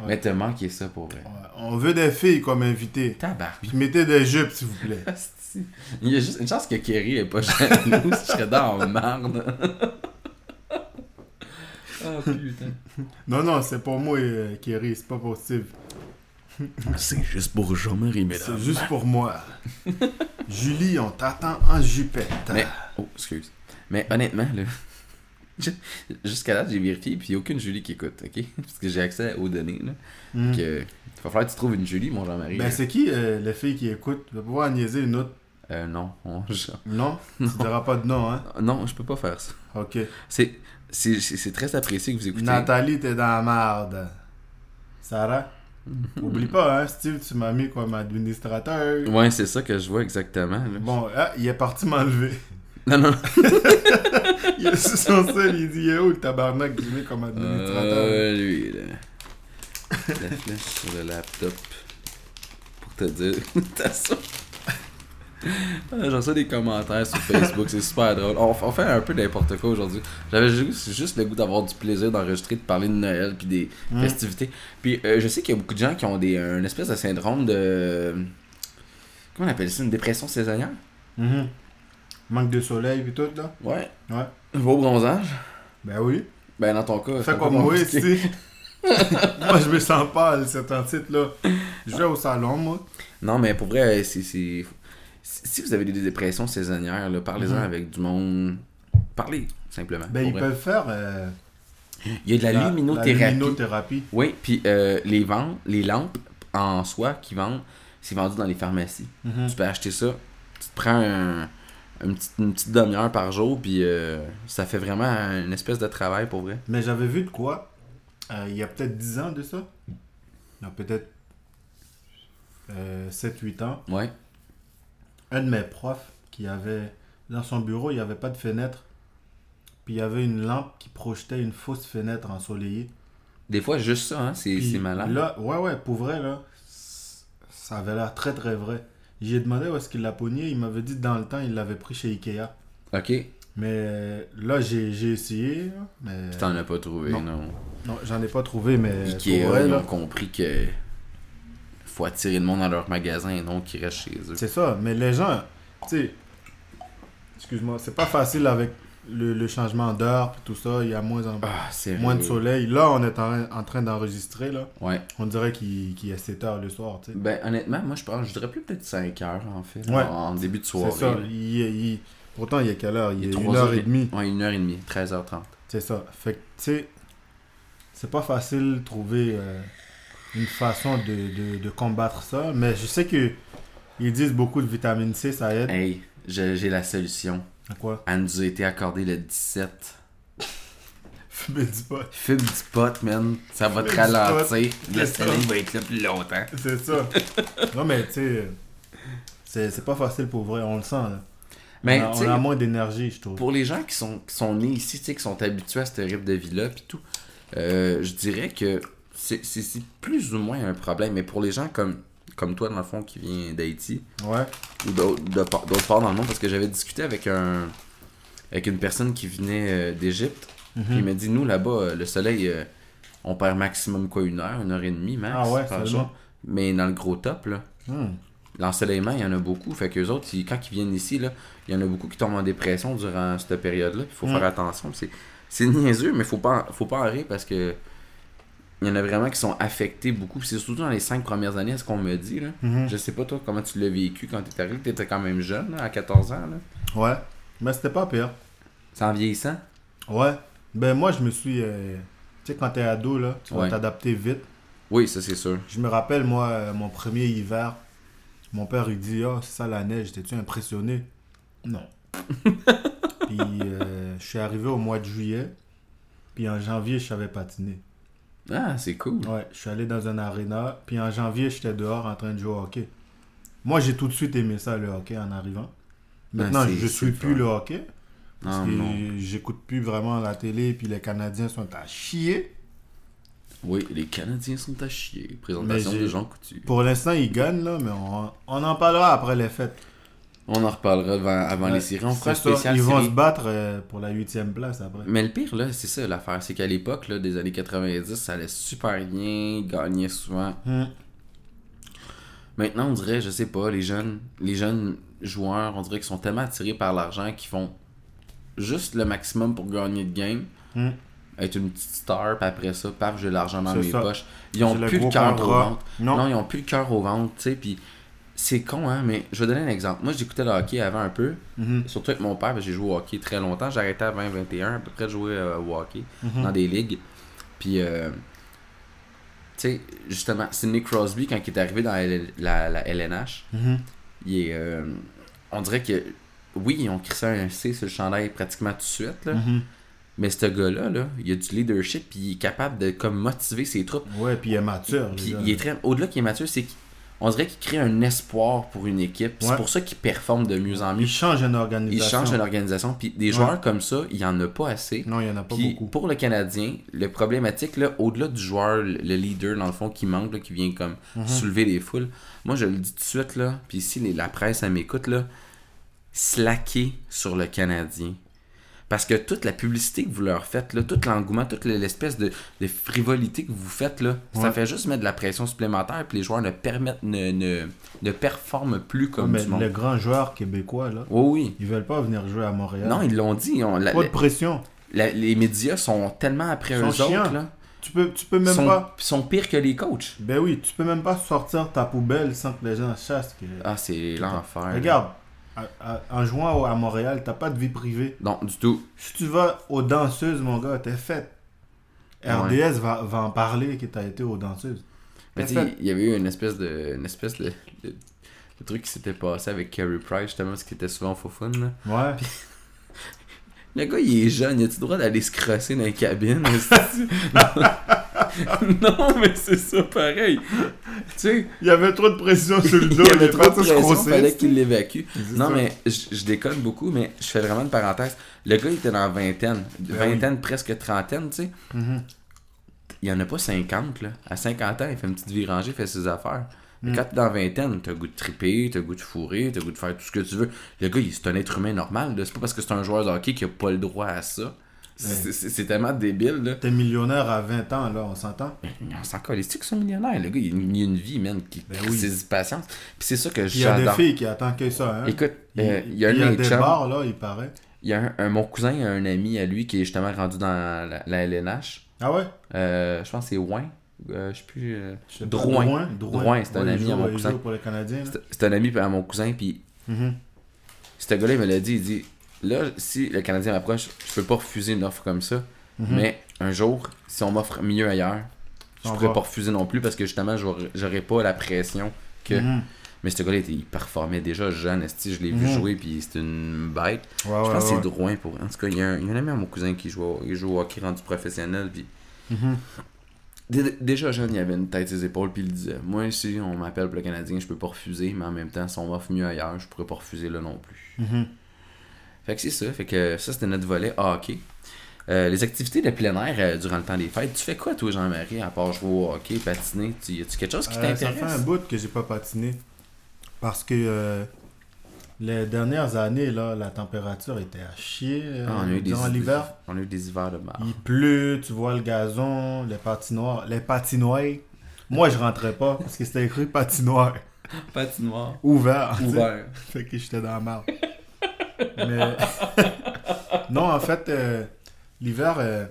Speaker 5: Ouais.
Speaker 4: Mais t'as manqué ça pour vrai.
Speaker 5: Ouais, On veut des filles comme invitées.
Speaker 4: Tabarnak.
Speaker 5: Puis mettez des jupes, s'il vous plaît.
Speaker 4: Asti. Il y a juste une chance que Kerry est pas jalouse, je serais dans la marde.
Speaker 5: Ah,
Speaker 4: oh putain.
Speaker 5: Non, non, c'est pour moi, euh, Kerry, c'est pas possible.
Speaker 1: C'est juste pour Jean-Marie,
Speaker 5: C'est juste pour moi. Julie, on t'attend en jupette.
Speaker 4: Mais, oh, excuse. Mais honnêtement, là, je- jusqu'à là, j'ai vérifié, puis il n'y a aucune Julie qui écoute, ok? Parce que j'ai accès aux données, là.
Speaker 5: Hmm.
Speaker 4: Que, il va falloir que tu trouves une Julie, mon Jean-Marie.
Speaker 5: Ben,
Speaker 4: là.
Speaker 5: c'est qui euh, les filles qui écoutent Je vais pouvoir niaiser une autre.
Speaker 4: Euh, non, on- je-
Speaker 5: Non, Tu diras pas de nom, hein
Speaker 4: non, je peux pas faire ça.
Speaker 5: Ok.
Speaker 4: C'est, c'est, c'est- c'est très apprécié que vous écoutez.
Speaker 5: Nathalie, t'es dans la marde. Sarah, oublie pas, hein, Steve, tu m'as mis comme administrateur.
Speaker 4: Ouais, c'est ça que je vois exactement. là.
Speaker 5: Bon, ah, il est parti m'enlever.
Speaker 4: Non, non.
Speaker 5: il est sous son sel, il dit, Eh oh, le tabarnak, je l'ai mis comme administrateur.
Speaker 4: Euh, lui, là. La flèche sur le laptop. Pour te dire. T'as ça. Ah, J'en reçois des commentaires sur Facebook, c'est super drôle. On, on fait un peu n'importe quoi aujourd'hui. J'avais juste, juste le goût d'avoir du plaisir d'enregistrer, de parler de Noël puis des
Speaker 5: Mm.
Speaker 4: festivités. Puis euh, je sais qu'il y a beaucoup de gens qui ont des, une espèce de syndrome de. Comment on appelle ça Une dépression saisonnière
Speaker 5: Mhm. Manque de soleil et tout, là.
Speaker 4: Ouais.
Speaker 5: Ouais.
Speaker 4: Vos bronzage
Speaker 5: Ben oui.
Speaker 4: Ben dans ton cas.
Speaker 5: Fais
Speaker 4: c'est un peu
Speaker 5: comme moi,
Speaker 4: compliqué.
Speaker 5: ici. moi, je me sens pâle, cet titre-là. Je vais au salon, moi.
Speaker 4: Non, mais pour vrai, euh, c'est. c'est- Si si vous avez des dépressions saisonnières, là, parlez-en
Speaker 5: Mhm.
Speaker 4: avec du monde. Parlez, simplement.
Speaker 5: Ben,
Speaker 4: pour
Speaker 5: ils
Speaker 4: vrai.
Speaker 5: peuvent faire euh,
Speaker 4: Il y a de la, luminothérapie.
Speaker 5: La luminothérapie.
Speaker 4: Oui, puis euh, les ventes, les lampes en soi qui vendent, c'est vendu dans les pharmacies.
Speaker 5: Mhm.
Speaker 4: Tu peux acheter ça, tu te prends un- une petite, une petite demi-heure par jour, puis euh, ça fait vraiment une espèce de travail pour vrai.
Speaker 5: Mais j'avais vu de quoi euh, il y a peut-être 10 ans de ça. Non, peut-être 7-8 ans.
Speaker 4: Ouais.
Speaker 5: Un de mes profs qui avait. Dans son bureau, il n'y avait pas de fenêtre. Puis il y avait une lampe qui projetait une fausse fenêtre ensoleillée.
Speaker 4: Des fois, juste ça, hein, c'est
Speaker 5: Puis
Speaker 4: c'est malade.
Speaker 5: Là, ouais, ouais, pour vrai, là, c- ça avait l'air très très vrai. J'ai demandé où est-ce qu'il l'a pogné. Il m'avait dit que dans le temps, il l'avait pris chez Ikea.
Speaker 4: Ok.
Speaker 5: Mais euh, là, j'ai j'ai essayé. là, Mais...
Speaker 4: Tu t'en as pas trouvé, non.
Speaker 5: Non. Non, j'en ai pas trouvé, mais.
Speaker 4: Ikea,
Speaker 5: Euh, pour vrai,
Speaker 4: ils
Speaker 5: là,
Speaker 4: ont compris que faut attirer le monde dans leur magasin et non qu'ils restent chez eux.
Speaker 5: C'est ça, mais les gens, tu sais, excuse-moi, c'est pas facile avec le, le changement d'heure puis tout ça, il y a moins, en-
Speaker 4: Ah, c'est
Speaker 5: moins de soleil. Là, on est en, en train d'enregistrer, là.
Speaker 4: Ouais.
Speaker 5: On dirait qu'il qu'il est 7 heures le soir, tu sais.
Speaker 4: Ben, honnêtement, moi, je pense, je dirais plus peut-être 5 heures, en fait.
Speaker 5: Ouais.
Speaker 4: En en début de
Speaker 5: C'est
Speaker 4: soirée.
Speaker 5: ça,
Speaker 4: là.
Speaker 5: il, est- il- pourtant il est quelle heure Il,
Speaker 4: Il est
Speaker 5: est
Speaker 4: trois
Speaker 5: 1
Speaker 4: heures
Speaker 5: heure
Speaker 4: et-
Speaker 5: et demie,
Speaker 4: Ouais, 1h30, 13h30.
Speaker 5: c'est ça. Fait que, tu sais, c'est pas facile de trouver euh, une façon de, de- de combattre ça, mais je sais que ils disent beaucoup de vitamine C, ça aide.
Speaker 4: Hey, j'ai j'ai la solution.
Speaker 5: À quoi
Speaker 4: Elle nous a été accordée le 17.
Speaker 5: Fumer du pot.
Speaker 4: Fume du pot, man. Ça va te
Speaker 5: Fume du pot.
Speaker 4: ralentir. La
Speaker 5: C'est ça.
Speaker 4: salive va être là plus longtemps.
Speaker 5: C'est ça. non, mais tu sais, c'est, c'est pas facile pour vrai, on le sent. Là.
Speaker 4: Mais,
Speaker 5: on, a,
Speaker 4: tu
Speaker 5: on
Speaker 4: sais,
Speaker 5: a moins d'énergie, je trouve.
Speaker 4: pour les gens qui sont, qui sont nés ici, tu sais, qui sont habitués à ce rythme de vie-là, puis tout, euh, je dirais que c'est c'est- c'est plus ou moins un problème. Mais pour les gens comme, comme toi, dans le fond, qui vient d'Haïti,
Speaker 5: Ouais,
Speaker 4: ou d'autres de par- d'autres parts dans le monde, parce que j'avais discuté avec un avec une personne qui venait euh, d'Égypte,
Speaker 5: Mhm.
Speaker 4: puis il m'a dit, nous, là-bas, euh, le soleil, euh, on perd maximum, quoi, une heure, une heure et demie, max,
Speaker 5: Ah ouais,
Speaker 4: par
Speaker 5: seulement.
Speaker 4: jour. Mais dans le gros top, là,
Speaker 5: Hmm.
Speaker 4: l'ensoleillement, il y en a beaucoup. Fait qu'eux autres, ils- quand ils viennent ici, là, il y en a beaucoup qui tombent en dépression durant cette période-là. Il faut
Speaker 5: Mm.
Speaker 4: faire attention. C'est, c'est niaiseux, mais faut pas, en- faut pas en rire parce que il y en a vraiment qui sont affectés beaucoup. Puis C'est surtout dans les cinq premières années, ce qu'on me dit. Là.
Speaker 5: Mhm.
Speaker 4: Je sais pas, toi, comment tu l'as vécu quand t'es arrivé. T'étais quand même jeune, là, à 14 ans. Là.
Speaker 5: ouais. Mais c'était pas pire.
Speaker 4: C'est en vieillissant.
Speaker 5: Ouais. Ben moi, je me suis... euh, Tu sais, quand t'es ado, là, tu vas
Speaker 4: Ouais.
Speaker 5: t'adapter vite.
Speaker 4: Oui, ça, c'est sûr.
Speaker 5: Je me rappelle, moi, euh, mon premier hiver, mon père, il dit, « Oh, c'est ça la neige, t'es-tu impressionné? » Non. puis euh, je suis arrivé au mois de juillet, puis en janvier, je savais patiner.
Speaker 4: Ah, c'est cool.
Speaker 5: Ouais, je suis allé dans un arena, puis en janvier, j'étais dehors en train de jouer au hockey. Moi, j'ai tout de suite aimé ça, le hockey, en arrivant. Maintenant,
Speaker 4: Ben, c'est-
Speaker 5: je suis
Speaker 4: c'est
Speaker 5: plus
Speaker 4: fun.
Speaker 5: le hockey, parce
Speaker 4: Ah,
Speaker 5: que
Speaker 4: non.
Speaker 5: j'écoute plus vraiment la télé, puis les Canadiens sont à chier.
Speaker 4: Oui, les Canadiens sont à chier. Présentation
Speaker 5: Mais j'ai-
Speaker 4: de Jean Coutu.
Speaker 5: Pour l'instant, ils gagnent, là, mais on, on en parlera après les fêtes.
Speaker 4: On en reparlera avant, avant les
Speaker 5: Ouais,
Speaker 4: séries. On fera un
Speaker 5: c'est ça,
Speaker 4: spécial
Speaker 5: Ils vont
Speaker 4: série
Speaker 5: se battre euh, pour la huitième place après.
Speaker 4: Mais le pire, là, c'est ça l'affaire. C'est qu'à l'époque, là, des années 90, ça allait super bien, gagnait souvent.
Speaker 5: Hmm.
Speaker 4: Maintenant, on dirait, je sais pas, les jeunes, les jeunes joueurs, on dirait qu'ils sont tellement attirés par l'argent qu'ils font juste le maximum pour gagner de game.
Speaker 5: Mm.
Speaker 4: Être une petite star, puis après ça, paf, j'ai de l'argent dans
Speaker 5: C'est
Speaker 4: mes
Speaker 5: ça.
Speaker 4: poches. Ils ont
Speaker 5: C'est le
Speaker 4: plus le
Speaker 5: gros
Speaker 4: cœur au
Speaker 5: contrat.
Speaker 4: ventre. Non.
Speaker 5: Non,
Speaker 4: ils ont plus le cœur au ventre, tu sais, puis c'est con, hein, mais je vais donner un exemple. Moi, j'écoutais le hockey avant un peu,
Speaker 5: Mhm.
Speaker 4: surtout avec mon père, parce que j'ai joué au hockey très longtemps. J'ai arrêté à 20-21, à peu près de jouer euh, au hockey
Speaker 5: Mhm.
Speaker 4: dans des ligues. Puis, euh, tu sais, justement, Sidney Crosby, quand il est arrivé dans la, L- la- la LNH,
Speaker 5: Mhm.
Speaker 4: il est, euh, on dirait que, oui, ils ont crissé un C sur le chandail pratiquement tout de suite, là,
Speaker 5: Mhm.
Speaker 4: mais ce gars-là, là, il a du leadership, puis il est capable de comme, motiver ses troupes.
Speaker 5: Ouais, puis il est mature. le
Speaker 4: Puis
Speaker 5: gars.
Speaker 4: il est très. Au-delà qu'il est mature, c'est qu'on dirait qu'il crée un espoir pour une équipe. puis C'est
Speaker 5: Ouais.
Speaker 4: pour ça qu'il performe de mieux en mieux.
Speaker 5: Il change une
Speaker 4: Il
Speaker 5: organisation.
Speaker 4: change une organisation. Puis des joueurs comme ça, il n'y en a pas assez.
Speaker 5: Non, il n'y en a pas
Speaker 4: Puis
Speaker 5: beaucoup.
Speaker 4: pour le Canadien, le problématique, là, au-delà du joueur, le le leader, dans le fond, qui manque, là, qui vient comme
Speaker 5: Mhm.
Speaker 4: soulever les foules, moi je le dis tout de suite, là, puis si les- la presse, elle m'écoute, là, slacker sur le Canadien. Parce que toute la publicité que vous leur faites, là, tout l'engouement, toute l'espèce de, de frivolité que vous faites, là, ça
Speaker 5: Ouais.
Speaker 4: fait juste mettre de la pression supplémentaire, puis les joueurs ne permettent, ne, ne, ne performent plus
Speaker 5: Ouais,
Speaker 4: comme
Speaker 5: mais
Speaker 4: du monde.
Speaker 5: les grands joueurs québécois, là,
Speaker 4: Oui, oui.
Speaker 5: ils veulent pas venir jouer à Montréal.
Speaker 4: Non, ils l'ont dit. on- la-
Speaker 5: pas de pression.
Speaker 4: la- les médias sont tellement après
Speaker 5: Sont
Speaker 4: eux
Speaker 5: chiants.
Speaker 4: autres, là.
Speaker 5: Tu peux, tu peux même
Speaker 4: sont,
Speaker 5: pas.
Speaker 4: sont pires que les coachs.
Speaker 5: Ben oui, tu peux même pas sortir ta poubelle sans que les gens chassent. que-
Speaker 4: Ah, c'est l'enfer. là.
Speaker 5: Regarde, à- à- en jouant au- à Montréal, t'as pas de vie privée.
Speaker 4: Non, du tout.
Speaker 5: Si tu vas aux danseuses, mon gars, t'es faite.
Speaker 4: Ah,
Speaker 5: RDS va, va en parler que t'as été aux danseuses.
Speaker 4: Mais
Speaker 5: En
Speaker 4: tu sais,
Speaker 5: fait-
Speaker 4: il y avait eu une espèce de, une espèce de, de- de truc qui s'était passé avec Carey Price, justement, parce qu'il était souvent faux fun. là.
Speaker 5: Ouais.
Speaker 4: Le gars, il est jeune, il a-tu le droit d'aller se crosser dans les cabines? est-ce que- non. non, mais c'est ça, pareil. Tu sais,
Speaker 5: Il y avait trop de pression sur le
Speaker 4: il
Speaker 5: dos.
Speaker 4: y avait
Speaker 5: est
Speaker 4: trop de
Speaker 5: parti se
Speaker 4: pression,
Speaker 5: crosser.
Speaker 4: fallait qu'il l'évacue.
Speaker 5: C'est
Speaker 4: Non,
Speaker 5: ça.
Speaker 4: mais je je déconne beaucoup, mais je fais vraiment une parenthèse. Le gars, il était dans la vingtaine. Vingtaine, presque trentaine, tu sais.
Speaker 5: Ben Mhm.
Speaker 4: Il n'y en a pas 50, là. À 50 ans, il fait une petite virangée, il fait ses affaires. Mais
Speaker 5: Mm.
Speaker 4: quand t'es dans la vingtaine, t'as le goût de triper, t'as le goût de fourrer, t'as le goût de faire tout ce que tu veux. Le gars, il- c'est un être humain normal. là. C'est pas parce que c'est un joueur de hockey qu'il a pas le droit à ça. C'est- C'est c'est tellement débile, là.
Speaker 5: T'es millionnaire à 20 ans, là, on s'entend?
Speaker 4: On s'en colle. Les qui sont millionnaires, le gars, il a une, il a une vie, man, qui
Speaker 5: Ben
Speaker 4: qui-
Speaker 5: oui.
Speaker 4: c'est du patience. Puis c'est ça que
Speaker 5: Puis il y a des
Speaker 4: j'adore.
Speaker 5: filles qui attendent que ça, hein?
Speaker 4: Écoute,
Speaker 5: il
Speaker 4: euh, il y a un
Speaker 5: il
Speaker 4: de mes
Speaker 5: des
Speaker 4: chums-
Speaker 5: bars, là, il paraît.
Speaker 4: il y a un, un- mon cousin, il a un ami à lui qui est justement rendu dans la, la LNH.
Speaker 5: Ah ouais?
Speaker 4: Euh, je pense que c'est Ouin. Euh, je sais plus. euh,
Speaker 5: Je sais pas,
Speaker 4: Drouin.
Speaker 5: Drouin.
Speaker 4: Drouin, c'est un
Speaker 5: Ouais, il
Speaker 4: ami
Speaker 5: joue- euh,
Speaker 4: à mon
Speaker 5: il
Speaker 4: cousin.
Speaker 5: joue pour les Canadiens, là.
Speaker 4: C'est- C'est un ami à mon cousin, puis
Speaker 5: Mhm.
Speaker 4: ce gars-là, il me l'a dit, il dit, là, si le Canadien m'approche, je peux pas refuser une offre comme ça,
Speaker 5: Mm-hmm.
Speaker 4: mais un jour, si on m'offre mieux ailleurs, je
Speaker 5: On
Speaker 4: pourrais
Speaker 5: va.
Speaker 4: pas refuser non plus, parce que justement, j'aurais j'aurais pas la pression que...
Speaker 5: Mhm.
Speaker 4: Mais ce gars-là, il était- il performait déjà jeune, esti, je l'ai vu
Speaker 5: Mhm.
Speaker 4: jouer, puis c'était une bête.
Speaker 5: Ouais,
Speaker 4: Je
Speaker 5: ouais,
Speaker 4: pense que
Speaker 5: ouais.
Speaker 4: c'est Drouin pour. En tout cas, il y, a un, il y a un ami à mon cousin qui joue, au- il joue au hockey rendu professionnel. Puis...
Speaker 5: Mhm.
Speaker 4: Dé- Déjà jeune, il avait une tête ses épaules, puis il disait Moi, si on m'appelle pour le Canadien, je peux pas refuser, mais en même temps, si on m'offre mieux ailleurs, je pourrais pas refuser là non plus.
Speaker 5: Mhm.
Speaker 4: Fait que c'est ça, fait que ça, c'était notre volet hockey. Euh, les activités de plein air euh, durant le temps des fêtes, tu fais quoi, toi, Jean-Marie, à part jouer au hockey, patiner tu, Y a-tu quelque chose qui
Speaker 5: Euh, ça
Speaker 4: t'intéresse
Speaker 5: fait un bout que j'ai pas patiné. Parce que euh, les dernières années, là, la température était à chier. euh,
Speaker 4: Ah, on, a eu des, Ah.
Speaker 5: dans l'hiver,
Speaker 4: on a eu des hivers de mort.
Speaker 5: il pleut, tu vois le gazon, les patinoires. Les patinoires. Moi, je rentrais pas parce que c'était écrit patinoire.
Speaker 4: Patinoire.
Speaker 5: Ouvert. tu sais.
Speaker 4: Ouvert.
Speaker 5: Fait que j'étais dans la merde. Mais. non, en fait, euh, l'hiver, euh,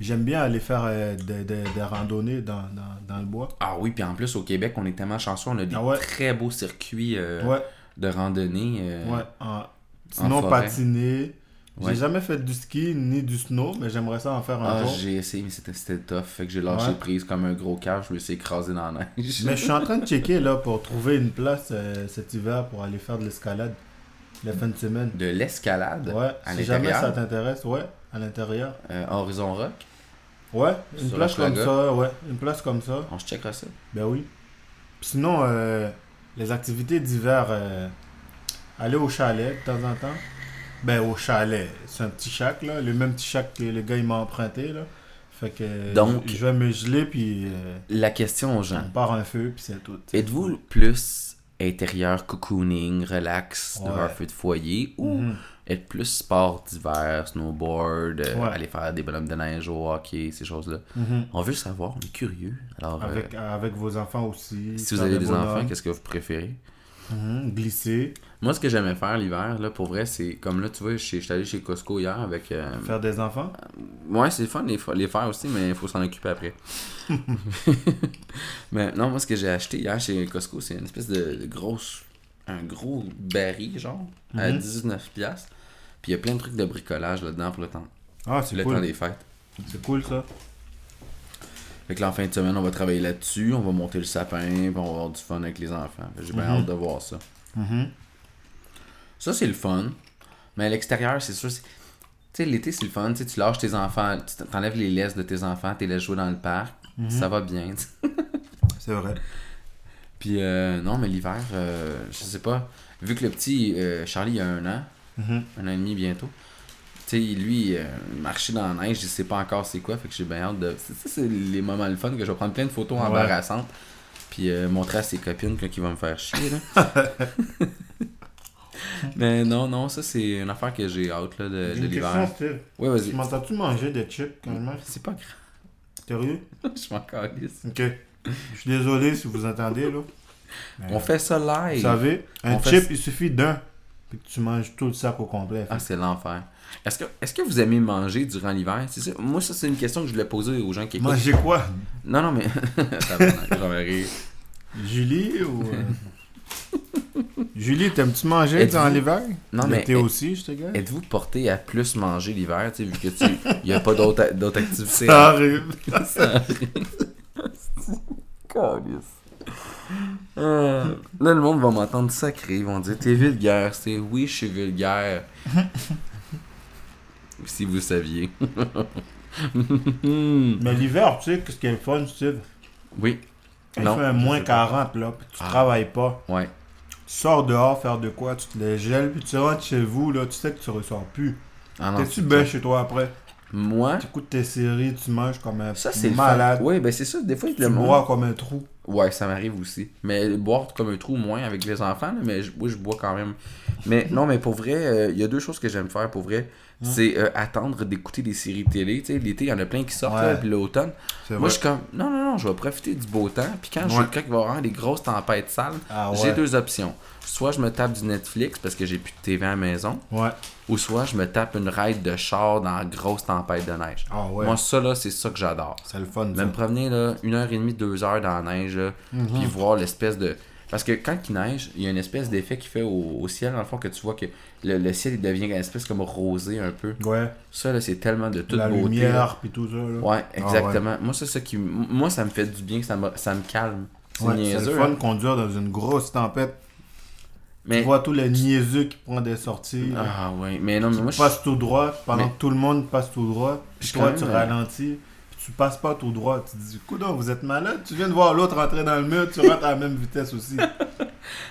Speaker 5: j'aime bien aller faire euh, des, des- des randonnées dans, dans- dans le bois.
Speaker 4: Ah oui, puis en plus, au Québec, on est tellement chanceux, on a des
Speaker 5: Ah ouais.
Speaker 4: très beaux circuits euh,
Speaker 5: Ouais,
Speaker 4: de randonnée. euh,
Speaker 5: ouais. en- sinon,
Speaker 4: forêt.
Speaker 5: patiner.
Speaker 4: Ouais.
Speaker 5: J'ai jamais fait du ski ni du snow, mais j'aimerais ça en faire un
Speaker 4: Ah,
Speaker 5: jour.
Speaker 4: j'ai essayé, mais c'était c'était tough. Fait que j'ai lâché
Speaker 5: Ouais.
Speaker 4: prise comme un gros cave, je me suis écrasé dans la neige.
Speaker 5: Mais je suis en train de checker là pour trouver une place euh, cet hiver pour aller faire de l'escalade la fin de semaine.
Speaker 4: De l'escalade
Speaker 5: Ouais,
Speaker 4: à
Speaker 5: si jamais
Speaker 4: l'intérieur,
Speaker 5: ça t'intéresse, ouais, à l'intérieur.
Speaker 4: euh, Horizon Rock,
Speaker 5: Ouais, une
Speaker 4: Sur
Speaker 5: place
Speaker 4: la
Speaker 5: comme
Speaker 4: Schlager.
Speaker 5: ça, ouais, une place comme ça.
Speaker 4: on se checkera ça.
Speaker 5: Ben oui. Puis Sinon, euh, les activités d'hiver, euh, aller au chalet de temps en temps. Ben au chalet, c'est un petit shack là, le même petit shack que le gars il m'a emprunté là. Fait que
Speaker 4: Donc-
Speaker 5: je je vais me geler puis euh,
Speaker 4: La question aux gens,
Speaker 5: on part un feu puis c'est tout.
Speaker 4: êtes-vous plus intérieur, cocooning, relax, devant
Speaker 5: Ouais.
Speaker 4: un feu de foyer, ou
Speaker 5: Mhm.
Speaker 4: êtes plus sport d'hiver, snowboard, euh,
Speaker 5: Ouais.
Speaker 4: aller faire des bonhommes de neige au hockey, ces choses-là?
Speaker 5: Mhm.
Speaker 4: On veut savoir, on est curieux. Alors, euh,
Speaker 5: Avec, avec vos enfants aussi.
Speaker 4: si vous
Speaker 5: faire
Speaker 4: avez des
Speaker 5: bonhommes.
Speaker 4: enfants, qu'est-ce que vous préférez?
Speaker 5: Mhm, Glisser,
Speaker 4: Moi, ce que j'aimais faire l'hiver, là, pour vrai, c'est comme là, tu vois, je suis je suis allé chez Costco hier avec. euh,
Speaker 5: faire des enfants.
Speaker 4: Ouais, c'est fun les, fa- les faire aussi, mais il faut s'en occuper après. mais non, moi, ce que j'ai acheté hier chez Costco, c'est une espèce de, de grosse. Un gros baril, genre, à
Speaker 5: Mhm.
Speaker 4: 19$. piastres. Puis il y a plein de trucs de bricolage là-dedans pour le temps,
Speaker 5: Ah, c'est
Speaker 4: le
Speaker 5: cool.
Speaker 4: temps des fêtes.
Speaker 5: C'est cool ça.
Speaker 4: Fait que là, en fin de semaine, on va travailler là-dessus, on va monter le sapin, puis on va avoir du fun avec les enfants. Fait que J'ai bien hâte de voir ça.
Speaker 5: Mhm.
Speaker 4: Ça, c'est le fun. Mais à l'extérieur, c'est sûr. c'est- Tu sais, l'été, c'est le fun. Tu sais, tu lâches tes enfants, tu t'enlèves les laisses de tes enfants, tu les laisses jouer dans le parc. Ça va bien. tu sais.
Speaker 5: C'est vrai.
Speaker 4: Puis, euh, non, mais l'hiver, euh, je sais pas. Vu que le petit euh, Charlie, il a un an,
Speaker 5: Mhm.
Speaker 4: un an et demi bientôt. Tu sais, lui, euh, marcher dans la neige, je sais pas encore c'est quoi, fait que j'ai bien hâte de. c'est- Ça, c'est les moments le fun que je vais prendre plein de photos
Speaker 5: Ouais.
Speaker 4: embarrassantes, puis euh, montrer à ses copines quand il va me faire chier, là. Mais non, non, ça, c'est une affaire que j'ai hâte, là, de,
Speaker 5: J'ai
Speaker 4: de
Speaker 5: une question,
Speaker 4: l'hiver.
Speaker 5: Steve.
Speaker 4: Ouais, vas-y.
Speaker 5: Tu m'entends-tu manger des chips quand même?
Speaker 4: C'est pas grave,
Speaker 5: Sérieux?
Speaker 4: je m'en calisse.
Speaker 5: Ok. Je suis désolé si vous entendez, là. Mais
Speaker 4: On fait ça
Speaker 5: Vous
Speaker 4: live.
Speaker 5: savez, un
Speaker 4: on fait
Speaker 5: chip,
Speaker 4: ça.
Speaker 5: il suffit d'un. Puis que tu manges tout le sac au complet.
Speaker 4: Ah, c'est l'enfer. Est-ce que, est que vous aimez manger durant l'hiver? C'est ça- Moi, ça, c'est une question que je voulais poser aux gens qui écoutent.
Speaker 5: Manger quoi?
Speaker 4: Non, non, mais. Tabarnak, j'aurais ri.
Speaker 5: Julie ou... euh, Julie, t'aimes-tu manger
Speaker 4: Êtes-vous-
Speaker 5: dans l'hiver?
Speaker 4: Non,
Speaker 5: L'été
Speaker 4: mais.
Speaker 5: aussi, je te gagne.
Speaker 4: Êtes-vous porté à plus manger l'hiver, tu sais, vu que tu il y a pas d'autres d'autres activités.
Speaker 5: Ça arrive.
Speaker 4: Euh, là le monde va m'entendre sacré, ils vont dire t'es vulgaire, c'est oui je suis vulgaire. si vous saviez.
Speaker 5: Mais l'hiver, tu sais, qu'est-ce qui est le fun, Steve?
Speaker 4: oui.
Speaker 5: Il
Speaker 4: Non,
Speaker 5: fait un
Speaker 4: je
Speaker 5: moins
Speaker 4: sais pas.
Speaker 5: 40, là, puis tu
Speaker 4: Ah.
Speaker 5: travailles pas.
Speaker 4: Ouais.
Speaker 5: Tu sors dehors faire de quoi? Tu te les gèles, puis tu rentres chez vous, là, tu sais que tu ressors plus.
Speaker 4: Ah non,
Speaker 5: T'es-tu
Speaker 4: c'est-
Speaker 5: bien chez toi après?
Speaker 4: Moi,
Speaker 5: T'écoutes tes séries, tu manges comme un
Speaker 4: ça c'est le
Speaker 5: malade.
Speaker 4: fun. Ouais, ben c'est ça. Des fois, le
Speaker 5: Tu
Speaker 4: monde-
Speaker 5: bois comme un trou.
Speaker 4: Ouais, ça m'arrive aussi. Mais boire comme un trou, moins avec les enfants, là, mais je- moi, je bois quand même. Mais non, mais pour vrai, euh, il y a deux choses que j'aime faire pour vrai.
Speaker 5: Hein?
Speaker 4: C'est euh, attendre d'écouter des séries télé. Tu sais, l'été, il y en a plein qui sortent, là,
Speaker 5: Ouais.
Speaker 4: puis l'automne.
Speaker 5: C'est
Speaker 4: Moi,
Speaker 5: vrai.
Speaker 4: je suis comme, non, non, non, je vais profiter du beau temps. Puis quand, je-
Speaker 5: Ouais.
Speaker 4: quand il va y avoir des grosses tempêtes sales,
Speaker 5: Ah ouais.
Speaker 4: j'ai deux options. Soit je me tape du Netflix parce que j'ai plus de TV à la maison,
Speaker 5: Ouais.
Speaker 4: ou soit je me tape une raide de char dans la grosse tempête de neige.
Speaker 5: Ah ouais.
Speaker 4: Moi, ça, là, c'est ça que j'adore.
Speaker 5: C'est le fun.
Speaker 4: Me
Speaker 5: ça. Mhm.
Speaker 4: promener là, une heure et demie, deux heures dans la neige, là, puis voir l'espèce de. Parce que quand il neige, il y a une espèce d'effet qui fait au, au ciel, dans le fond, que tu vois que le, le ciel il devient une espèce comme rosé un peu.
Speaker 5: Ouais.
Speaker 4: Ça, là, c'est tellement de toute
Speaker 5: La
Speaker 4: beauté. là.
Speaker 5: lumière, Ah puis tout ça. Là.
Speaker 4: Ouais, exactement. Moi, c'est ça qui. m- Moi, ça me fait du bien, ça me, ça me calme. C'est
Speaker 5: Ouais, c'est
Speaker 4: niaiseux.
Speaker 5: le fun
Speaker 4: hein.
Speaker 5: de conduire dans une grosse tempête.
Speaker 4: Mais...
Speaker 5: Tu vois tous les niaiseux qui prennent des sorties. là.
Speaker 4: Ah, ouais. Mais non, mais moi,
Speaker 5: tu
Speaker 4: je.
Speaker 5: passes tout droit pendant
Speaker 4: Mais-
Speaker 5: que tout le monde passe tout droit. Puis
Speaker 4: Je
Speaker 5: toi,
Speaker 4: suis
Speaker 5: tu
Speaker 4: quand même, euh,
Speaker 5: ralentis. Puis tu passes pas tout droit. Tu te dis, coudon, vous êtes malade. Tu viens de voir l'autre entrer dans le mur. Tu rentres à la même vitesse aussi.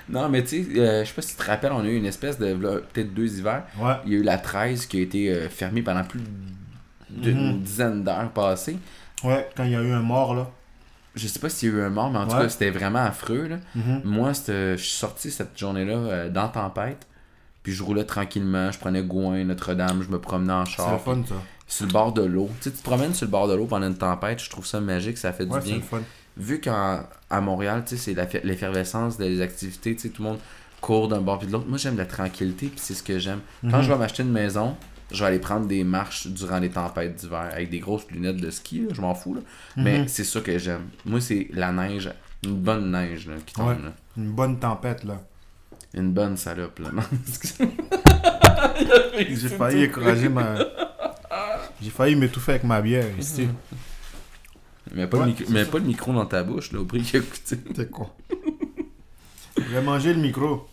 Speaker 4: Non, mais tu sais, euh, je sais pas si tu te rappelles, on a eu une espèce de. là, Peut-être deux hivers.
Speaker 5: Ouais.
Speaker 4: Il y a eu la 13 qui a été euh, fermée pendant plus d'une
Speaker 5: Mhm.
Speaker 4: dizaine d'heures passées.
Speaker 5: Ouais, quand il y a eu un mort, là.
Speaker 4: Je sais pas s'il y a eu un mort, mais en tout
Speaker 5: Ouais.
Speaker 4: cas, c'était vraiment affreux. Là.
Speaker 5: Mm-hmm.
Speaker 4: Moi, c'était- je suis sorti cette journée-là euh, dans tempête. Puis je roulais tranquillement, je prenais Gouin, Notre-Dame, je me promenais en
Speaker 5: C'est le
Speaker 4: char.
Speaker 5: fun, ça.
Speaker 4: Sur le bord de l'eau. Tu sais, tu te promènes sur le bord de l'eau pendant une tempête, je trouve ça magique, ça fait du
Speaker 5: Ouais, c'est
Speaker 4: bien.
Speaker 5: le fun.
Speaker 4: Vu qu'à à Montréal, tu sais, c'est la fe- l'effervescence des activités, tu sais, tout le monde court d'un bord puis de l'autre. Moi, j'aime la tranquillité, puis c'est ce que j'aime.
Speaker 5: Mhm.
Speaker 4: Quand je vais m'acheter une maison, je vais aller prendre des marches durant les tempêtes d'hiver avec des grosses lunettes de ski, là, je m'en fous. là.
Speaker 5: Mhm.
Speaker 4: Mais c'est ça que j'aime. Moi, c'est la neige, une bonne neige là, qui tombe.
Speaker 5: Ouais.
Speaker 4: là.
Speaker 5: Une bonne tempête, là.
Speaker 4: Une bonne salope. Là. Non, excuse-
Speaker 5: J'ai failli écraser ma. J'ai failli m'étouffer avec ma bière ici.
Speaker 4: Mets pas,
Speaker 5: Ouais,
Speaker 4: le micro, mets pas le micro dans ta bouche là, au prix qu'il a coûté.
Speaker 5: T'es con. J'ai mangé le micro.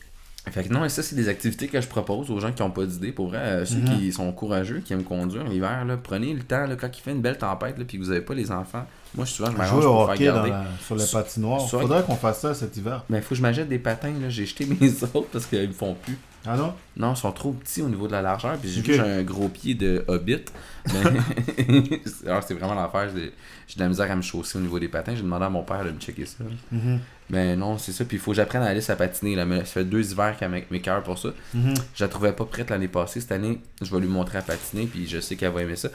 Speaker 4: Fait que non, et ça, c'est des activités que je propose aux gens qui n'ont pas d'idée. Pour vrai, euh,
Speaker 5: Mhm.
Speaker 4: ceux qui sont courageux, qui aiment conduire l'hiver, là, prenez le temps là, quand il fait une belle tempête là, puis que vous n'avez pas les enfants. Moi, je- souvent, Ben je m'arrange
Speaker 5: Jouer au
Speaker 4: pour faire
Speaker 5: hockey dans
Speaker 4: garder.
Speaker 5: la- sur les
Speaker 4: Sur-
Speaker 5: patinoires.
Speaker 4: sur-
Speaker 5: Faudrait qu'on fasse ça cet hiver.
Speaker 4: Mais faut que je m'achète des patins. Là. J'ai jeté mes autres parce qu'ils me font plus.
Speaker 5: Ah non?
Speaker 4: Non, ils sont trop petits au niveau de la largeur. Puis j'ai vu
Speaker 5: Ok.
Speaker 4: que j'ai un gros pied de hobbit. Mais- Alors, c'est vraiment l'affaire. J'ai j'ai de la misère à me chausser au niveau des patins. J'ai demandé à mon père de me checker ça.
Speaker 5: Mhm.
Speaker 4: Mais non, c'est ça. Puis il faut que j'apprenne à Alice à patiner. Là. Mais ça fait deux hivers qu'elle m'a- m'écœure pour ça.
Speaker 5: Mhm.
Speaker 4: Je la trouvais pas prête l'année passée. Cette année, je vais lui montrer à patiner. Puis je sais qu'elle va aimer ça.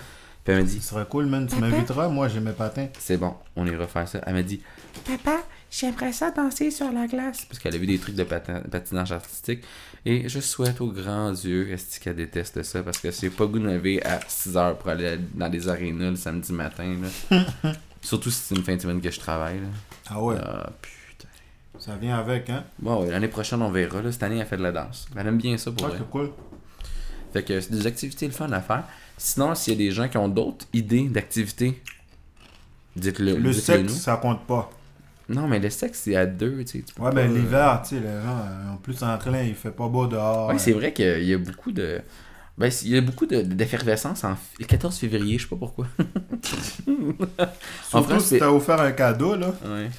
Speaker 4: Puis elle m'a dit
Speaker 5: Ce serait cool, man. Tu m'inviteras. Moi, j'ai mes patins.
Speaker 4: c'est bon, on ira faire ça. Elle m'a dit, papa, j'aimerais ça danser sur la glace. Parce qu'elle a vu des trucs de patin- patinage artistique. Et je souhaite au grand Dieu, est-ce qu'elle déteste ça? Parce que c'est pas goût de me lever à 6 heures pour aller dans les arénas le samedi matin. là. Surtout si c'est une fin de semaine que je travaille. là.
Speaker 5: Ah ouais,
Speaker 4: Ah, putain.
Speaker 5: ça vient avec, hein?
Speaker 4: Bon, ouais, l'année prochaine, on verra. là. Cette année, elle fait de la danse. Elle aime bien ça pour
Speaker 5: Ah,
Speaker 4: vrai.
Speaker 5: c'est cool.
Speaker 4: Fait que c'est des activités le fun à faire. Sinon, s'il y a des gens qui ont d'autres idées d'activités, dites-le
Speaker 5: Le
Speaker 4: dites-le
Speaker 5: sexe,
Speaker 4: nous.
Speaker 5: ça compte pas.
Speaker 4: Non, mais le sexe, c'est à deux, tu sais. tu peux
Speaker 5: Ouais,
Speaker 4: pas,
Speaker 5: ben
Speaker 4: euh,
Speaker 5: l'hiver, tu sais, les gens, euh, en plus en train, il fait pas beau dehors.
Speaker 4: Ouais, c'est vrai qu'il y a beaucoup de. Ben, il y a beaucoup de- d'effervescence en f- le 14 février, je sais pas pourquoi. en
Speaker 5: Surtout
Speaker 4: France,
Speaker 5: si
Speaker 4: c'est.
Speaker 5: t'as offert un cadeau, là.
Speaker 4: Ouais.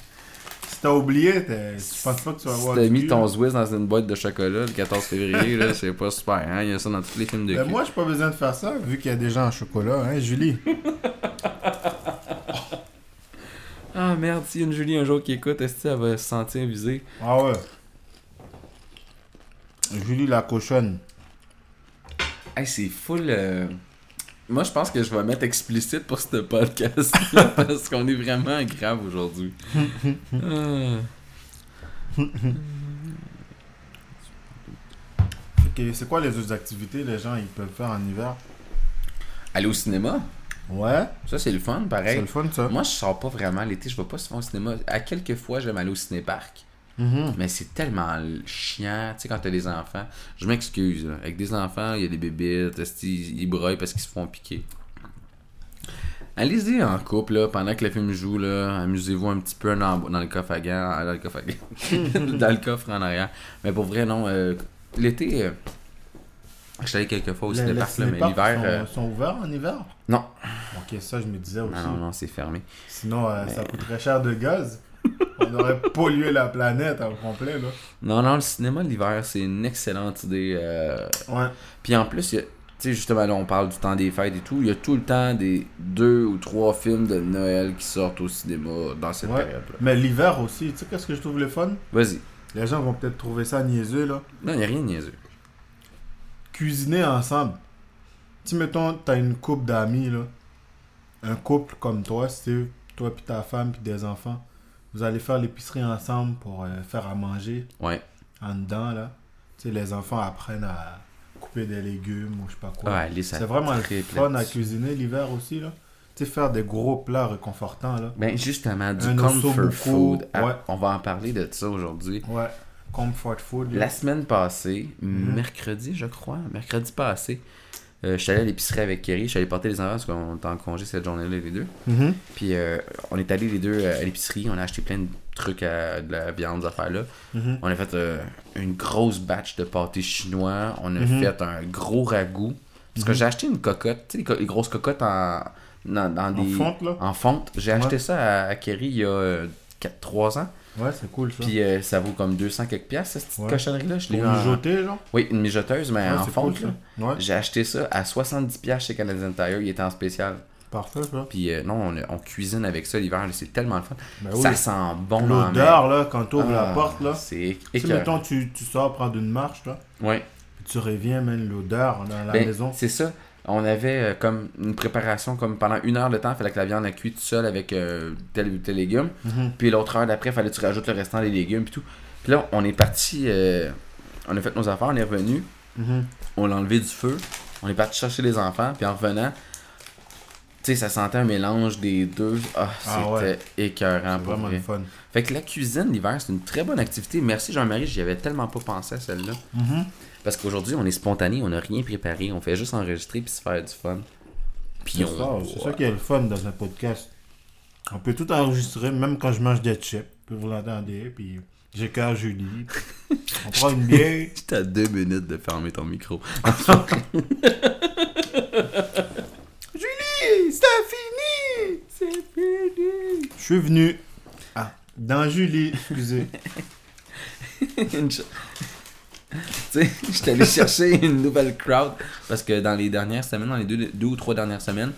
Speaker 5: Si t'as oublié, t'es- tu penses pas que tu vas
Speaker 4: Si
Speaker 5: avoir
Speaker 4: t'as
Speaker 5: du
Speaker 4: mis
Speaker 5: cul,
Speaker 4: ton
Speaker 5: là.
Speaker 4: Zwiz dans une boîte de chocolat le 14 février, là, c'est pas super, hein. Il y a ça dans tous les films de
Speaker 5: Ben,
Speaker 4: cul.
Speaker 5: moi, j'ai pas besoin de faire ça, vu qu'il y a des gens en chocolat, hein, Julie?
Speaker 4: Ah merde, si une Julie un jour qui écoute, est-ce qu'elle va se sentir visée?
Speaker 5: Ah ouais. Julie la cochonne.
Speaker 4: Hey, c'est full. euh, Moi, je pense que je vais mettre explicite pour ce podcast parce qu'on est vraiment grave aujourd'hui. Ah.
Speaker 5: Ok, c'est quoi les autres activités les gens ils peuvent faire en hiver?
Speaker 4: Aller au cinéma,
Speaker 5: Ouais,
Speaker 4: ça c'est le fun,
Speaker 5: c'est
Speaker 4: pareil.
Speaker 5: le fun ça.
Speaker 4: Moi, je sors pas vraiment l'été, je vais pas souvent au cinéma. À quelques fois, j'aime aller au cinéparc.
Speaker 5: Mhm.
Speaker 4: Mais c'est tellement l- chiant, tu sais, quand t'as des enfants. Je m'excuse, là. avec des enfants, il y a des bébites, esti, ils ils broyent parce qu'ils se font piquer. Allez-y en couple, là, pendant que le film joue, là, amusez-vous un petit peu dans, dans le coffre à gants, euh, dans le coffre à gants, dans le coffre en arrière. Mais pour vrai, non, euh, l'été, euh, je suis allé quelques fois au
Speaker 5: Les-
Speaker 4: cinéparc,
Speaker 5: les
Speaker 4: là, mais
Speaker 5: cinéparcs
Speaker 4: l'hiver,
Speaker 5: sont,
Speaker 4: euh,
Speaker 5: sont ouverts en hiver?
Speaker 4: non.
Speaker 5: Ok, ça je me disais aussi.
Speaker 4: non, non, non, c'est fermé.
Speaker 5: Sinon, euh, ça coûterait cher de gaz. On aurait pollué la planète en complet, là.
Speaker 4: Non, non, le cinéma l'hiver, c'est une excellente idée. euh,
Speaker 5: Ouais.
Speaker 4: Puis en plus, il y a- tu sais, justement, là, on parle du temps des fêtes et tout. Il y a tout le temps des deux ou trois films de Noël qui sortent au cinéma dans cette
Speaker 5: Ouais.
Speaker 4: période-là.
Speaker 5: Mais l'hiver aussi, tu sais, qu'est-ce que je trouve le fun
Speaker 4: Vas-y.
Speaker 5: Les gens vont peut-être trouver ça niaiseux, là.
Speaker 4: Non, il n'y a rien de niaiseux.
Speaker 5: Cuisiner ensemble. Si, mettons, t'as une couple d'amis, là. Un couple comme toi, Steve, toi puis ta femme puis des enfants. Vous allez faire l'épicerie ensemble pour euh, faire à manger
Speaker 4: Ouais.
Speaker 5: en dedans, là. Tu sais, les enfants apprennent à couper des légumes ou je sais pas quoi.
Speaker 4: Ah, allez, ça
Speaker 5: C'est vraiment le
Speaker 4: triple
Speaker 5: fun à
Speaker 4: là-dessus.
Speaker 5: cuisiner l'hiver aussi, là. Tu sais, faire des gros plats réconfortants, là.
Speaker 4: Ben, justement, du
Speaker 5: Un
Speaker 4: comfort
Speaker 5: osobuco,
Speaker 4: food. Ah,
Speaker 5: ouais.
Speaker 4: On va en parler de ça aujourd'hui.
Speaker 5: Ouais. Comfort food. là. Mm-hmm.
Speaker 4: La semaine passée, mercredi, je crois, mercredi passé, euh, je suis allé à l'épicerie avec Kerry. Je suis allé porter les enfants parce qu'on était en congé cette journée-là, les deux.
Speaker 5: Mhm.
Speaker 4: Puis euh, on est allé les deux euh, à l'épicerie, on a acheté plein de trucs à de la viande, des affaires là.
Speaker 5: Mhm.
Speaker 4: On a fait euh, une grosse batch de pâté chinois, on a
Speaker 5: Mm-hmm.
Speaker 4: fait un gros ragoût. Parce que j'ai acheté une cocotte, tu sais, les co- les grosses cocottes en, dans, dans
Speaker 5: En
Speaker 4: des-
Speaker 5: fonte, là.
Speaker 4: en fonte. J'ai
Speaker 5: Ouais.
Speaker 4: acheté ça à, à Kerry il y a 4-3 ans.
Speaker 5: Ouais, c'est cool, ça.
Speaker 4: Puis euh, ça vaut comme 200 quelques piastres, cette petite
Speaker 5: Ouais.
Speaker 4: cochonnerie-là. Je l'ai
Speaker 5: Pour
Speaker 4: eu en-
Speaker 5: nous jeter, là.
Speaker 4: Oui, une mijoteuse, mais
Speaker 5: Ouais,
Speaker 4: en
Speaker 5: c'est
Speaker 4: fonte.
Speaker 5: cool,
Speaker 4: là.
Speaker 5: ça. Ouais,
Speaker 4: J'ai acheté ça à 70 piastres chez Canadian Tire, il était en spécial.
Speaker 5: parfait, ça.
Speaker 4: Puis euh, non, on, on cuisine avec ça l'hiver, là, c'est tellement le fun.
Speaker 5: Ben
Speaker 4: Ça
Speaker 5: oui.
Speaker 4: sent bon dans la mer.
Speaker 5: L'odeur, là, quand tu ouvres
Speaker 4: Ah,
Speaker 5: la porte, là.
Speaker 4: C'est
Speaker 5: Si,
Speaker 4: écœurant.
Speaker 5: mettons, tu, tu sors prendre une marche, là.
Speaker 4: Ouais.
Speaker 5: Puis tu reviens, même l'odeur dans la
Speaker 4: Ben,
Speaker 5: maison.
Speaker 4: c'est ça. On avait euh, comme une préparation comme pendant une heure de temps, il fallait que la viande la cuite toute seule avec euh, tel ou tel légume.
Speaker 5: Mhm.
Speaker 4: Puis l'autre heure d'après, il fallait que tu rajoutes le restant des légumes puis tout. Puis là, on est parti, euh, on a fait nos affaires, on est revenu,
Speaker 5: Mhm.
Speaker 4: on l'a enlevé du feu, on est parti chercher les enfants, puis en revenant, tu sais, ça sentait un mélange des deux. Ah,
Speaker 5: Ah
Speaker 4: c'était
Speaker 5: ouais.
Speaker 4: écœurant
Speaker 5: C'est
Speaker 4: pour
Speaker 5: vraiment
Speaker 4: vrai.
Speaker 5: le fun.
Speaker 4: Fait que la cuisine l'hiver, c'est une très bonne activité. Merci Jean-Marie, j'y avais tellement pas pensé à celle-là.
Speaker 5: Mhm.
Speaker 4: Parce qu'aujourd'hui, on est spontané, on n'a rien préparé, on fait juste enregistrer puis se faire du fun. Puis
Speaker 5: C'est
Speaker 4: on.
Speaker 5: ça, c'est ça qui est le fun dans un podcast. On peut tout enregistrer, même quand je mange des chips. Puis vous l'entendez, puis j'écœure Julie. puis on prend une bière.
Speaker 4: T'es à deux minutes de fermer ton micro. Julie, c'est fini! C'est fini!
Speaker 5: Je suis venu. Ah, dans Julie, excusez.
Speaker 4: Une ch- tu sais, je suis allé chercher une nouvelle crowd parce que dans les dernières semaines, dans les deux, deux ou trois dernières semaines,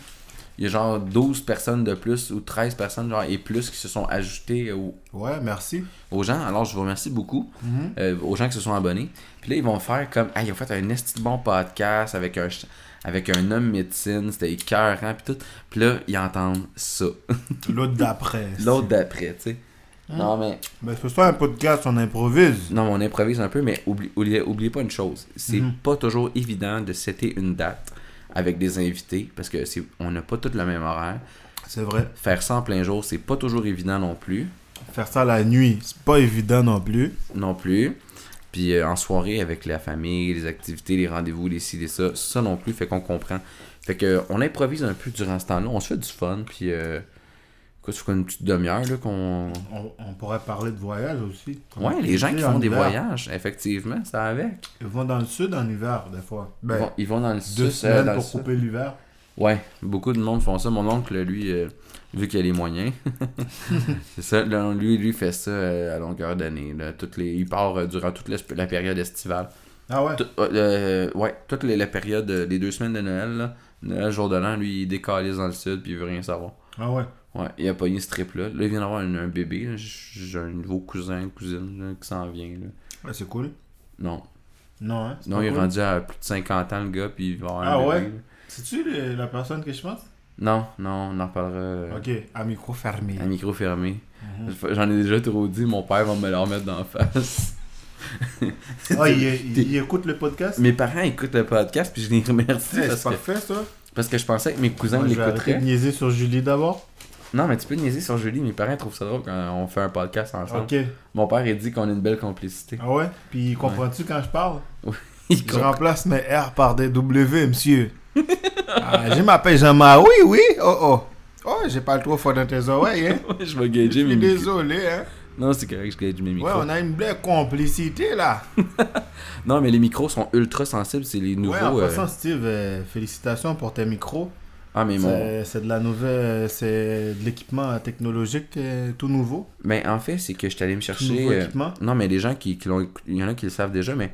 Speaker 4: il y a genre 12 personnes de plus ou 13 personnes genre, et plus qui se sont ajoutées au-
Speaker 5: Ouais, merci.
Speaker 4: aux gens. Alors, je vous remercie beaucoup
Speaker 5: Mhm.
Speaker 4: euh, aux gens qui se sont abonnés. Puis là, ils vont faire comme Ah, ils ont fait un esti de bon podcast avec un, ch- avec un homme médecine, c'était écœurant, puis tout. Puis là, ils entendent ça.
Speaker 5: L'autre d'après.
Speaker 4: L'autre d'après, tu sais. Non, mais.
Speaker 5: Mais ce soit un podcast, on improvise.
Speaker 4: Non, mais on improvise un peu, mais oublie- oubliez, oubliez pas une chose. C'est
Speaker 5: Mhm.
Speaker 4: pas toujours évident de setter une date avec des invités parce que c'est, on n'a pas tout le même horaire.
Speaker 5: C'est vrai.
Speaker 4: Faire ça en plein jour, c'est pas toujours évident non plus.
Speaker 5: Faire ça la nuit, c'est pas évident non plus.
Speaker 4: Non plus. Puis euh, en soirée avec la famille, les activités, les rendez-vous, les ci, les ça, ça non plus, fait qu'on comprend. Fait que euh, on improvise un peu durant ce temps-là, on se fait du fun, puis euh, quoi, c'est quoi une petite demi-heure là qu'on.
Speaker 5: On, on pourrait parler de voyage aussi. Comme
Speaker 4: Ouais, les
Speaker 5: tu
Speaker 4: gens qui
Speaker 5: dis,
Speaker 4: font
Speaker 5: en
Speaker 4: des
Speaker 5: hiver,
Speaker 4: voyages, effectivement, ça avec.
Speaker 5: Ils vont dans le sud en hiver, des fois.
Speaker 4: Ils
Speaker 5: Ben,
Speaker 4: vont, ils vont dans le
Speaker 5: deux
Speaker 4: sud, euh,
Speaker 5: semaines
Speaker 4: dans le
Speaker 5: pour
Speaker 4: sud.
Speaker 5: couper l'hiver.
Speaker 4: Ouais, beaucoup de monde font ça. Mon oncle, lui, euh, vu qu'il a les moyens, c'est ça. là, lui, lui fait ça euh, à longueur d'année. là. Toutes les, il part euh, durant toute l'esp- la période estivale.
Speaker 5: Ah ouais.
Speaker 4: Tout- euh, euh, ouais, toute les- la période, euh, les deux semaines de Noël, là, Noël, jour de l'an, lui, il décalise dans le sud, puis il veut rien savoir.
Speaker 5: Ah ouais.
Speaker 4: Ouais, il a pogné ce trip-là. Là, il vient d'avoir un, un bébé. là. J'ai un nouveau cousin, cousine là, qui s'en vient. là.
Speaker 5: Ouais, c'est cool.
Speaker 4: Non.
Speaker 5: Non, hein. c'est
Speaker 4: Non,
Speaker 5: pas
Speaker 4: il est
Speaker 5: cool.
Speaker 4: rendu à plus de 50 ans, le gars, puis il va avoir un
Speaker 5: Ah
Speaker 4: bébé,
Speaker 5: ouais?
Speaker 4: là.
Speaker 5: C'est-tu le- la personne que je pense
Speaker 4: Non, non, on en reparlera. euh,
Speaker 5: Ok, à micro fermé. Mhm.
Speaker 4: Un micro fermé. J'en ai déjà trop dit, mon père va me le remettre d'en face.
Speaker 5: Ah, il, il-
Speaker 4: t'es-
Speaker 5: il écoute le podcast
Speaker 4: Mes parents écoutent le podcast, puis je les remercie
Speaker 5: Eh,
Speaker 4: parce,
Speaker 5: C'est
Speaker 4: que,
Speaker 5: parfait, ça.
Speaker 4: parce que je pensais que mes cousins
Speaker 5: Moi, je vais arrêter
Speaker 4: l'écouteraient.
Speaker 5: de niaiser sur Julie d'abord.
Speaker 4: Non, mais tu peux niaiser sur Julie, mes parents trouvent ça drôle quand on fait un podcast ensemble.
Speaker 5: Ok.
Speaker 4: Mon père, il dit qu'on a une belle complicité.
Speaker 5: Ah ouais Puis comprends-tu quand je parle
Speaker 4: Il
Speaker 5: Je
Speaker 4: comprend.
Speaker 5: remplace mes R par des W, monsieur. ah, je m'appelle Jean-Marc. Oui, oui. Oh, oh. Oh, j'ai pas trop fort dans tes oreilles, hein.
Speaker 4: je vais
Speaker 5: Je
Speaker 4: gager mes
Speaker 5: suis
Speaker 4: micros.
Speaker 5: désolé, hein.
Speaker 4: Non, c'est correct, je gage mes micros.
Speaker 5: Ouais, on a une belle complicité, là.
Speaker 4: Non, mais les micros sont ultra sensibles, c'est les nouveaux.
Speaker 5: ouais, en
Speaker 4: euh,
Speaker 5: passant, Steve, euh, félicitations pour tes micros.
Speaker 4: Ah, mais mon.
Speaker 5: C'est c'est de la nouvelle, c'est de l'équipement technologique euh, tout nouveau,
Speaker 4: Mais en fait, c'est que je suis allé me
Speaker 5: tout
Speaker 4: chercher.
Speaker 5: nouveau
Speaker 4: euh,
Speaker 5: équipement.
Speaker 4: Non, mais les gens qui, qui l'ont écou- Il y en a qui le savent déjà, mais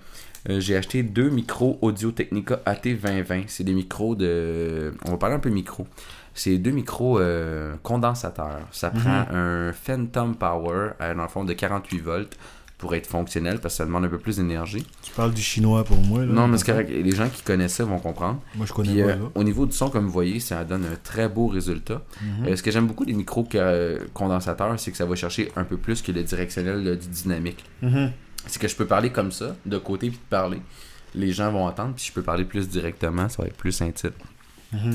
Speaker 4: euh, j'ai acheté deux micros Audio Technica AT2020. C'est des micros de. On va parler un peu micro. C'est deux micros euh, condensateurs. Ça prend un Phantom Power, euh, dans le fond, de 48 volts pour être fonctionnel parce que ça demande un peu plus d'énergie.
Speaker 5: Tu parles du chinois pour moi. Là,
Speaker 4: Non, mais c'est correct. Les gens qui connaissent ça vont comprendre.
Speaker 5: Moi, je
Speaker 4: Puis,
Speaker 5: connais
Speaker 4: euh,
Speaker 5: pas. là.
Speaker 4: au niveau du son, comme vous voyez, ça donne un très beau résultat.
Speaker 5: Mhm.
Speaker 4: Euh, ce que j'aime beaucoup des micros que- euh, condensateurs, c'est que ça va chercher un peu plus que le directionnel euh, du dynamique
Speaker 5: Mhm.
Speaker 4: c'est que je peux parler comme ça, de côté puis de parler. Les gens vont entendre, puis je peux parler plus directement, ça va être plus intime.
Speaker 5: Mhm.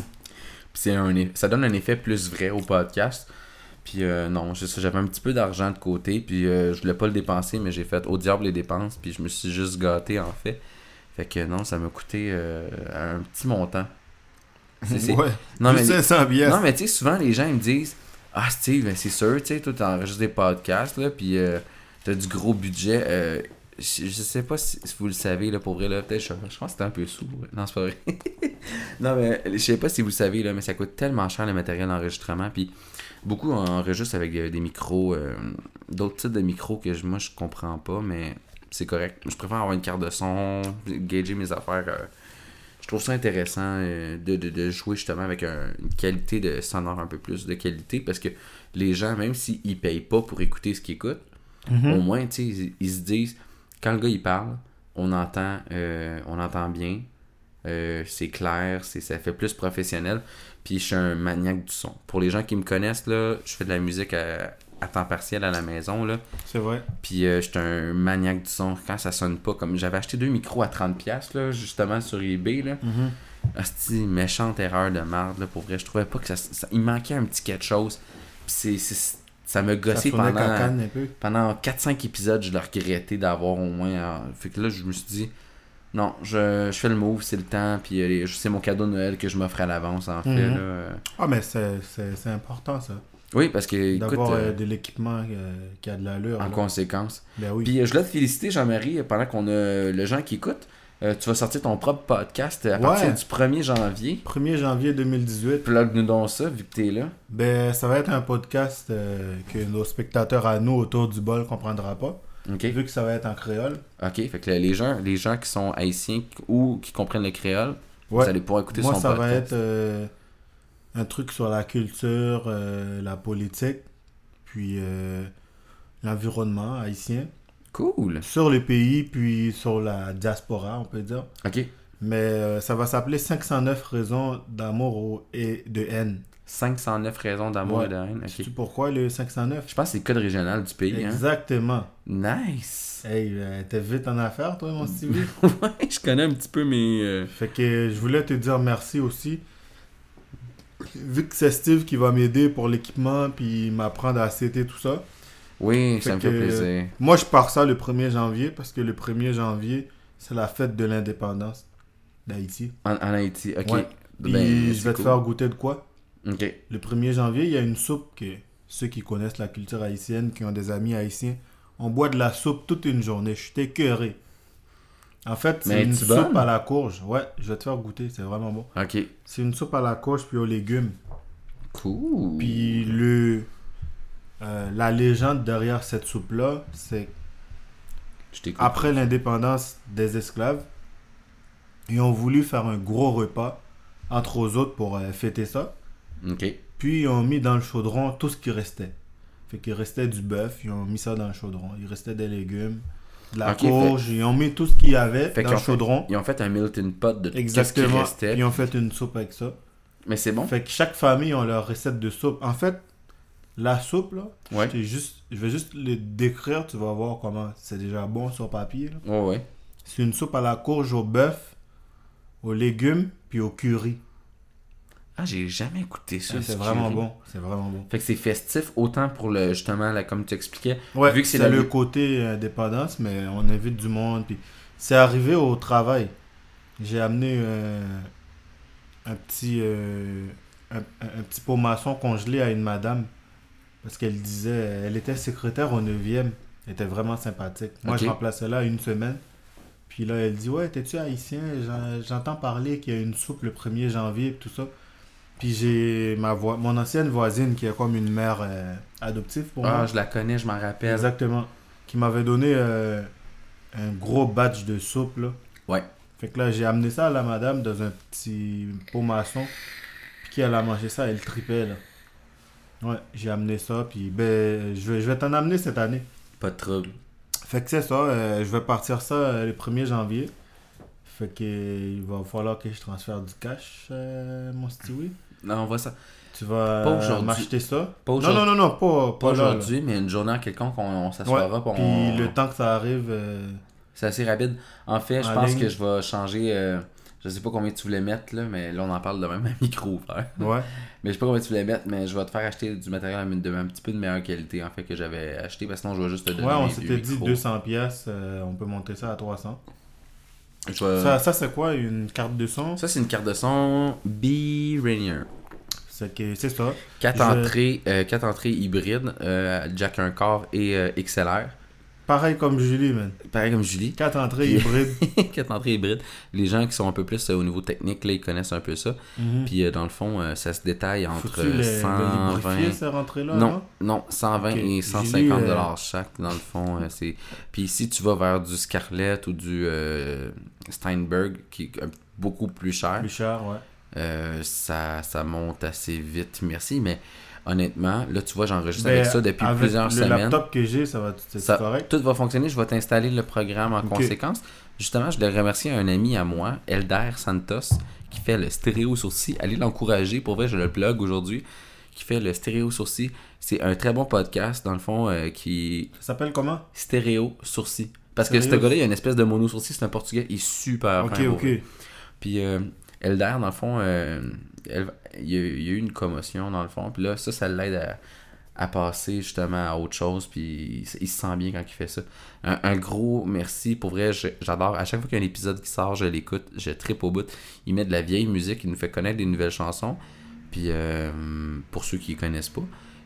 Speaker 4: Puis c'est un eff- ça donne un effet plus vrai au podcast. Puis euh, non, c'est ça, j'avais un petit peu d'argent de côté, puis euh, je voulais pas le dépenser, mais j'ai fait au diable les dépenses, puis je me suis juste gâté en fait. Fait que non, ça m'a coûté euh, un petit montant. C'est- c'est-
Speaker 5: Mhm. Ouais.
Speaker 4: Non, mais
Speaker 5: Juste 500 billets.
Speaker 4: non, mais tu sais, souvent, les gens, ils me disent Ah, Steve, ben, c'est sûr, tu sais, toi, t'enregistres des podcasts, là, puis euh, t'as du gros budget. euh, je, je sais pas si, si vous le savez, là, pour vrai, là, peut-être, je, je pense que t'es un peu sourd. ouais. Non, c'est pas vrai. non, mais je sais pas si vous le savez, là, mais ça coûte tellement cher, le matériel d'enregistrement, puis beaucoup enregistrent avec euh, des micros, euh, d'autres types de micros que je- moi, je comprends pas, mais c'est correct. Je préfère avoir une carte de son, gager mes affaires. euh, je trouve ça intéressant euh, de, de- de jouer justement avec un- une qualité de sonore un peu plus de qualité parce que les gens, même s'ils payent pas pour écouter ce qu'ils écoutent, au moins, tu sais, ils, ils se disent, quand le gars il parle, on entend, euh, on entend bien, euh, c'est clair, c'est ça fait plus professionnel. Puis je suis un maniaque du son. Pour les gens qui me connaissent, là, je fais de la musique à, à temps partiel à la maison, là.
Speaker 5: C'est vrai.
Speaker 4: Puis euh, j'étais un maniaque du son quand ça sonne pas comme j'avais acheté deux micros à 30 pièces là justement sur eBay là.
Speaker 5: Mhm.
Speaker 4: Asti, méchante erreur de merde là pour vrai, je trouvais pas que ça, ça- il manquait un petit quelque chose. Puis c'est- c'est- ça me gossait
Speaker 5: tournait
Speaker 4: pendant
Speaker 5: cocane un peu.
Speaker 4: pendant 4-5 épisodes, je le regrettais d'avoir au moins. euh, fait que là, je me suis dit, non, je, je fais le move, c'est le temps, puis euh, les- c'est mon cadeau de Noël que je m'offre à l'avance, en fait.
Speaker 5: Mhm.
Speaker 4: là, euh.
Speaker 5: Ah, mais c'est- c'est c'est important, ça.
Speaker 4: Oui, parce que, écoute,
Speaker 5: D'avoir
Speaker 4: euh,
Speaker 5: euh, de l'équipement euh, qui a de l'allure.
Speaker 4: en
Speaker 5: là.
Speaker 4: conséquence.
Speaker 5: Ben oui.
Speaker 4: Puis euh, je voulais te féliciter, Jean-Marie, euh, pendant qu'on a le gens qui écoutent. euh, tu vas sortir ton propre podcast euh, à
Speaker 5: Ouais.
Speaker 4: partir du 1er janvier.
Speaker 5: 1er janvier 2018,
Speaker 4: Plug-nous donc ça, vu que t'es là.
Speaker 5: ben, ça va être un podcast euh, que nos spectateurs à nous autour du bol comprendra pas,
Speaker 4: OK.
Speaker 5: vu que ça va être en créole.
Speaker 4: OK. Fait que les gens, les gens qui sont haïtiens ou qui comprennent le créole,
Speaker 5: Ouais.
Speaker 4: vous allez pouvoir écouter
Speaker 5: Moi,
Speaker 4: son
Speaker 5: ça va
Speaker 4: podcast.
Speaker 5: être euh, un truc sur la culture, euh, la politique, puis euh, l'environnement haïtien,
Speaker 4: Cool.
Speaker 5: sur le pays, puis sur la diaspora, on peut dire.
Speaker 4: OK.
Speaker 5: Mais euh, ça va s'appeler 509 raisons d'amour au- et de haine.
Speaker 4: 509 raisons d'amour
Speaker 5: Ouais.
Speaker 4: et de haine. ok.
Speaker 5: Sais-tu pourquoi le 509
Speaker 4: Je pense que c'est le code régional du pays. Hein?
Speaker 5: Exactement.
Speaker 4: Nice.
Speaker 5: Hey, euh, t'es vite en affaires, toi, mon Stevie.
Speaker 4: ouais, je connais un petit peu mes. euh,
Speaker 5: fait que je voulais te dire merci aussi. Vu que c'est Steve qui va m'aider pour l'équipement, puis m'apprendre à CT, tout ça.
Speaker 4: Oui, ça
Speaker 5: Fait
Speaker 4: me fait
Speaker 5: que-
Speaker 4: plaisir.
Speaker 5: Moi, je pars ça le 1er janvier, parce que le 1er janvier, c'est la fête de l'indépendance d'Haïti.
Speaker 4: En, en Haïti. Ok.
Speaker 5: Ouais. Puis
Speaker 4: Ben,
Speaker 5: je
Speaker 4: c'est
Speaker 5: vais te
Speaker 4: cool.
Speaker 5: faire goûter de quoi
Speaker 4: Ok.
Speaker 5: Le 1er janvier, il y a une soupe que ceux qui connaissent la culture haïtienne, qui ont des amis haïtiens, on boit de la soupe toute une journée. Je suis écœuré. En fait,
Speaker 4: Mais
Speaker 5: c'est une
Speaker 4: es-tu
Speaker 5: soupe
Speaker 4: bonne?
Speaker 5: à la courge. Ouais, je vais te faire goûter, c'est vraiment bon.
Speaker 4: Ok.
Speaker 5: C'est une soupe à la courge puis aux légumes.
Speaker 4: Cool.
Speaker 5: Puis le euh, la légende derrière cette soupe-là, c'est
Speaker 4: Je t'écoute.
Speaker 5: après l'indépendance des esclaves, ils ont voulu faire un gros repas entre aux autres pour euh, fêter ça.
Speaker 4: Ok.
Speaker 5: Puis ils ont mis dans le chaudron tout ce qui restait. Fait qu'il restait du bœuf, ils ont mis ça dans le chaudron. Il restait des légumes, de la
Speaker 4: Ok, fait-
Speaker 5: courge, ils ont mis tout ce qu'il y avait
Speaker 4: Fait qu'ils
Speaker 5: dans le
Speaker 4: ont fait-
Speaker 5: chaudron.
Speaker 4: Ils ont fait un Milton Pot de tout ce qui
Speaker 5: Exactement.
Speaker 4: restait.
Speaker 5: Ils ont fait une soupe avec ça.
Speaker 4: Mais c'est bon.
Speaker 5: Fait que chaque famille a leur recette de soupe. En fait, la soupe, là,
Speaker 4: Ouais.
Speaker 5: c'est juste, je vais juste le décrire, tu vas voir comment c'est déjà bon sur papier. là.
Speaker 4: Ouais, ouais.
Speaker 5: C'est une soupe à la courge, au bœuf, aux légumes, puis au curry.
Speaker 4: Ah, j'ai jamais écouté ça.
Speaker 5: Ah,
Speaker 4: du
Speaker 5: C'est vraiment
Speaker 4: curry.
Speaker 5: bon. C'est vraiment bon.
Speaker 4: Fait que c'est festif autant pour le justement là comme tu expliquais.
Speaker 5: Ouais,
Speaker 4: Vu que c'est
Speaker 5: c'est
Speaker 4: la-
Speaker 5: le côté indépendance, mais on invite du monde. Puis c'est arrivé au travail. J'ai amené euh, un petit euh, un, un- un petit pot maçon congelé à une madame parce qu'elle disait, elle était secrétaire au 9e. Elle était vraiment sympathique. Moi,
Speaker 4: Ok.
Speaker 5: je remplaçais là une semaine. Puis là, elle dit, ouais, t'es-tu haïtien? J'en- J'entends parler qu'il y a une soupe le 1er janvier et tout ça. Puis j'ai ma voi- mon ancienne voisine qui est comme une mère euh, adoptive pour
Speaker 4: Ah,
Speaker 5: moi.
Speaker 4: je la connais, je m'en rappelle.
Speaker 5: Exactement. Qui m'avait donné euh, un gros batch de soupe, là.
Speaker 4: Ouais.
Speaker 5: Fait que là, j'ai amené ça à la madame dans un petit pot maçon. Puis qui, elle a mangé ça, elle tripait, là. Ouais, j'ai amené ça, puis ben, je vais, je vais t'en amener cette année.
Speaker 4: Pas de trouble.
Speaker 5: Fait que c'est ça, euh, je vais partir ça euh, le 1er janvier. Fait que euh, il va falloir que je transfère du cash, euh, mon Stewie.
Speaker 4: Non, on voit ça.
Speaker 5: Tu vas
Speaker 4: Pas
Speaker 5: euh,
Speaker 4: aujourd'hui.
Speaker 5: m'acheter ça.
Speaker 4: Pas
Speaker 5: Non,
Speaker 4: aujourd'hui.
Speaker 5: non, non, non, pas, pas,
Speaker 4: Pas
Speaker 5: là, là.
Speaker 4: aujourd'hui, mais une journée en quelconque, on, on
Speaker 5: Ouais,
Speaker 4: s'assoira. puis on-
Speaker 5: Puis le temps que ça arrive, euh,
Speaker 4: C'est assez rapide. En fait, je
Speaker 5: En
Speaker 4: pense
Speaker 5: ligne.
Speaker 4: que je vais changer. euh, je sais pas combien tu voulais mettre, là, mais là, on en parle de même à micro ouvert.
Speaker 5: ouais.
Speaker 4: Mais je sais pas combien tu voulais mettre, mais je vais te faire acheter du matériel de un petit peu de meilleure qualité, en fait, que j'avais acheté, parce que sinon, je vais juste te donner.
Speaker 5: Ouais, on
Speaker 4: les
Speaker 5: s'était
Speaker 4: vieux
Speaker 5: dit
Speaker 4: micros.
Speaker 5: 200 pièces, euh, on peut monter ça à 300.
Speaker 4: Je vais- Ça,
Speaker 5: Ça, ça c'est quoi une carte de son
Speaker 4: c'est une carte de son B Rainier.
Speaker 5: C'est que c'est ça.
Speaker 4: 4
Speaker 5: Je-
Speaker 4: entrées, euh, quatre entrées hybrides, euh, jack un quart et euh, XLR.
Speaker 5: Pareil comme Julie, man.
Speaker 4: Pareil comme Julie.
Speaker 5: Quatre entrées
Speaker 4: Puis-
Speaker 5: hybrides.
Speaker 4: Quatre entrées hybrides. Les gens qui sont un peu plus euh, au niveau technique, là, ils connaissent un peu ça.
Speaker 5: Mhm.
Speaker 4: Puis euh, dans le fond, euh, ça se détaille entre
Speaker 5: Faut-tu le- le
Speaker 4: 120.
Speaker 5: lubrifier, ces rentrées-là
Speaker 4: Non, non, 120
Speaker 5: Ok.
Speaker 4: et
Speaker 5: Julie,
Speaker 4: 150
Speaker 5: euh,
Speaker 4: dollars chaque, dans le fond. euh, c'est... Puis si tu vas vers du Scarlett ou du euh, Steinberg, qui est un- beaucoup plus cher,
Speaker 5: Plus cher, ouais.
Speaker 4: euh, ça, ça monte assez vite. Merci, mais honnêtement, là, tu vois, j'enregistre
Speaker 5: Ben,
Speaker 4: avec ça depuis
Speaker 5: avec
Speaker 4: plusieurs
Speaker 5: le
Speaker 4: semaines.
Speaker 5: laptop que j'ai, ça va tout c'est
Speaker 4: Ça-
Speaker 5: correct.
Speaker 4: Tout va fonctionner, je vais t'installer le programme en
Speaker 5: Ok.
Speaker 4: conséquence. Justement, je voulais remercier un ami à moi, Elder Santos, qui fait le stéréo sourcil. Allez l'encourager, pour vrai, je le plug aujourd'hui, qui fait le stéréo sourcil. C'est un très bon podcast, dans le fond, euh, qui
Speaker 5: Ça s'appelle comment
Speaker 4: stéréo sourcil. Parce que
Speaker 5: Stéréo-
Speaker 4: ce gars-là, il a une espèce de mono sourcil, c'est un portugais, il est super
Speaker 5: Ok,
Speaker 4: fin, pour
Speaker 5: ok.
Speaker 4: vrai. Puis euh, Elder, dans le fond, euh, elle- il, y a, il y a eu une commotion, dans le fond. Puis là, ça, ça l'aide à, à passer justement à autre chose. Puis il, se- il se sent bien quand il fait ça. Un, un gros merci. Pour vrai, je- j'adore. À chaque fois qu'il y a un épisode qui sort, je l'écoute. Je tripe au bout. Il met de la vieille musique. Il nous fait connaître des nouvelles chansons. Puis euh, pour ceux qui ne connaissent pas.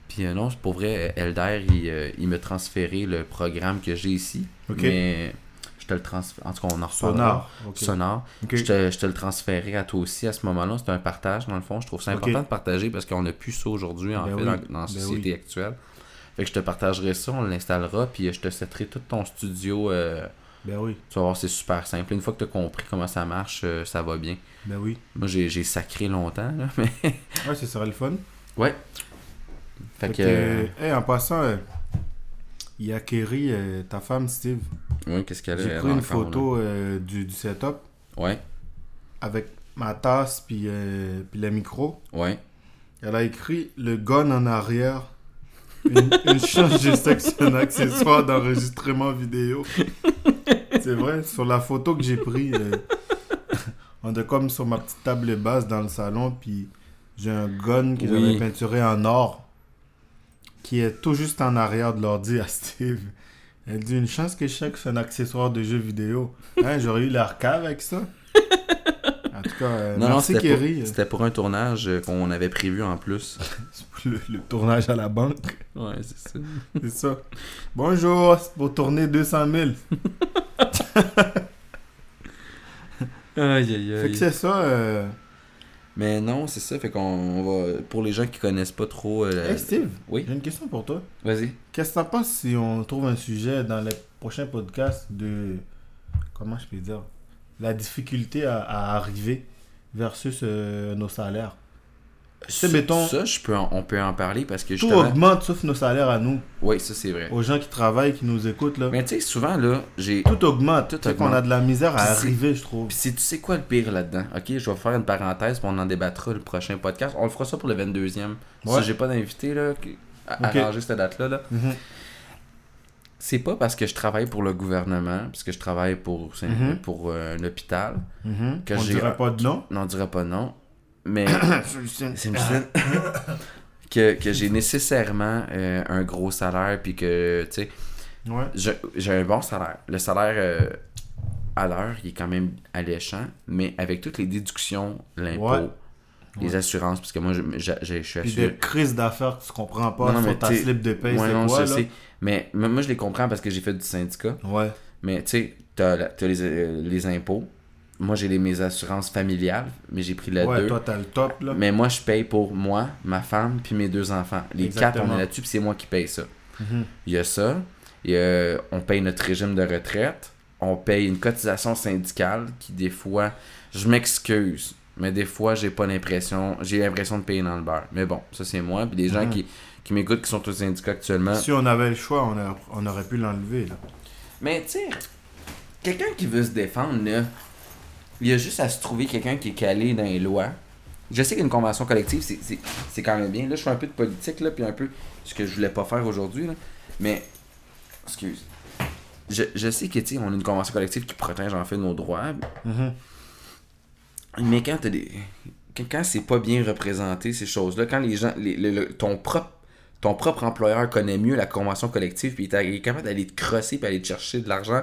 Speaker 4: Puis euh, non, pour vrai, Elder, il, euh, il m'a transféré le programme que j'ai ici.
Speaker 5: Ok.
Speaker 4: Mais je te le transfère. En tout cas, on en reparlera.
Speaker 5: Sonar. ok.
Speaker 4: Sonore.
Speaker 5: Ok.
Speaker 4: Je, te, je te le transférerai à toi aussi à ce moment-là. C'est un partage, dans le fond. Je trouve ça
Speaker 5: Ok.
Speaker 4: important de partager parce qu'on n'a plus ça aujourd'hui, en
Speaker 5: Ben
Speaker 4: fait,
Speaker 5: oui,
Speaker 4: dans, dans la
Speaker 5: ben
Speaker 4: société
Speaker 5: oui.
Speaker 4: actuelle. Fait que je te partagerai ça, on l'installera, puis euh, je te seterai tout ton studio. euh,
Speaker 5: Ben oui,
Speaker 4: tu vas voir, c'est super simple. Une fois que tu as compris comment ça marche, euh, ça va bien.
Speaker 5: ben oui.
Speaker 4: Moi, j'ai j'ai sacré longtemps, là, mais...
Speaker 5: Ouais, ce serait le fun.
Speaker 4: Ouais. Fait
Speaker 5: Fait
Speaker 4: que...
Speaker 5: que, hey, en passant, euh, il y a Kerry, euh, ta femme Steve.
Speaker 4: ouais, qu'est-ce qu'elle a,
Speaker 5: J'ai
Speaker 4: elle,
Speaker 5: pris une
Speaker 4: encore,
Speaker 5: photo euh, du, du setup
Speaker 4: là? Ouais,
Speaker 5: avec ma tasse puis, euh, puis le micro.
Speaker 4: ouais.
Speaker 5: Elle a écrit le gun en arrière. Une, une chance de sexe, un accessoire d'enregistrement vidéo. C'est vrai, sur la photo que j'ai prise, euh, on est comme sur ma petite table basse dans le salon, puis j'ai un gun que
Speaker 4: Oui.
Speaker 5: j'avais peinturé en or, qui est tout juste en arrière de l'ordi à Steve. Elle dit une chance que chaque c'est un accessoire de jeu vidéo. Hein, j'aurais eu l'arcade avec ça. En tout cas, euh,
Speaker 4: Non, non,
Speaker 5: merci
Speaker 4: c'était pour,
Speaker 5: Kerry. euh,
Speaker 4: c'était pour un tournage euh, qu'on avait prévu en plus.
Speaker 5: Le- le tournage à la banque.
Speaker 4: ouais, c'est ça.
Speaker 5: C'est ça. Bonjour, c'est pour tourner 200 000.
Speaker 4: Aïe, aïe,
Speaker 5: Fait que c'est ça. euh,
Speaker 4: Mais non, c'est ça, fait qu'on on va. Pour les gens qui connaissent pas trop. euh, la-
Speaker 5: Hey Steve,
Speaker 4: Oui,
Speaker 5: j'ai une question pour toi.
Speaker 4: vas-y.
Speaker 5: Qu'est-ce que t'en penses si on trouve un sujet dans les prochains podcasts de. Comment je peux dire La difficulté à, à arriver versus euh, nos salaires.
Speaker 4: Ça,
Speaker 5: mettons-
Speaker 4: Ça, je peux en- on peut en parler parce que
Speaker 5: Tout
Speaker 4: justement.
Speaker 5: augmente sauf nos salaires à nous,
Speaker 4: Oui, ça c'est vrai.
Speaker 5: aux gens qui travaillent, qui nous écoutent. Là.
Speaker 4: Mais tu sais, souvent là, j'ai.
Speaker 5: Tout augmente.
Speaker 4: Tout
Speaker 5: Tu sais qu'on
Speaker 4: augmente.
Speaker 5: a de la misère à
Speaker 4: Puis c'est-
Speaker 5: arriver, je trouve.
Speaker 4: Puis c'est- tu sais quoi le pire là-dedans? Ok, je vais faire une parenthèse, puis on en débattra le prochain podcast. On le fera ça pour le 22e.
Speaker 5: Ouais.
Speaker 4: Si j'ai pas d'invité là, qui- à
Speaker 5: Ok.
Speaker 4: à arranger cette date-là, là,
Speaker 5: Mhm.
Speaker 4: c'est pas parce que je travaille pour le gouvernement, parce que je travaille pour, c'est-
Speaker 5: Mhm.
Speaker 4: pour euh, un hôpital.
Speaker 5: Mhm.
Speaker 4: Que
Speaker 5: on
Speaker 4: j'ai-
Speaker 5: dirait pas de nom.
Speaker 4: Non, on dira pas non. Mais.
Speaker 5: Solution.
Speaker 4: C'est une scène que, que j'ai nécessairement euh, un gros salaire, puis que, tu sais,
Speaker 5: Ouais.
Speaker 4: je- j'ai un bon salaire. Le salaire euh, à l'heure, il est quand même alléchant, mais avec toutes les déductions, l'impôt,
Speaker 5: Ouais.
Speaker 4: les assurances, parce que moi, je, je, je- je suis
Speaker 5: Puis
Speaker 4: assuré.
Speaker 5: des crises d'affaires que tu comprends pas
Speaker 4: Non, non, mais
Speaker 5: sur ta
Speaker 4: t'sais-
Speaker 5: slip de paye,
Speaker 4: Ouais,
Speaker 5: c'est
Speaker 4: non,
Speaker 5: quoi,
Speaker 4: je
Speaker 5: là?
Speaker 4: sais. Mais moi, moi, je les comprends parce que j'ai fait du syndicat.
Speaker 5: Ouais.
Speaker 4: Mais tu sais, t'as la- t'as les, euh, les impôts, moi, j'ai les- mes assurances familiales, mais j'ai pris la
Speaker 5: ouais,
Speaker 4: 2.
Speaker 5: toi, t'as le top, là.
Speaker 4: Mais moi, je paye pour moi, ma femme, puis mes deux enfants. Les quatre, on
Speaker 5: Exactement.
Speaker 4: est là-dessus, puis c'est moi qui paye ça.
Speaker 5: Mhm.
Speaker 4: Il y a ça. Il y a- on paye notre régime de retraite. On paye une cotisation syndicale qui, des fois, je m'excuse, mais des fois, j'ai pas l'impression, j'ai l'impression de payer dans le beurre. Mais bon, ça, c'est moi. Puis les gens
Speaker 5: Mhm.
Speaker 4: qui, qui m'écoutent, qui sont au syndicat actuellement.
Speaker 5: Si on avait le choix, on, a- on aurait pu l'enlever, là.
Speaker 4: Mais tu sais, quelqu'un qui veut se défendre, là, il y a juste à se trouver quelqu'un qui est calé dans les lois. Je sais qu'une convention collective, c'est- c'est c'est quand même bien. Là, je fais un peu de politique, là, puis un peu ce que je voulais pas faire aujourd'hui, là. Mais, excuse. Je, je sais que, tu sais, on a une convention collective qui protège en fait nos droits,
Speaker 5: Mhm.
Speaker 4: mais quand t'as des. Quand, quand c'est pas bien représenté, ces choses-là, quand les gens. les- le- le- ton, propre, ton propre employeur connaît mieux la convention collective, puis il est- il est capable d'aller te crosser, puis aller te chercher de l'argent,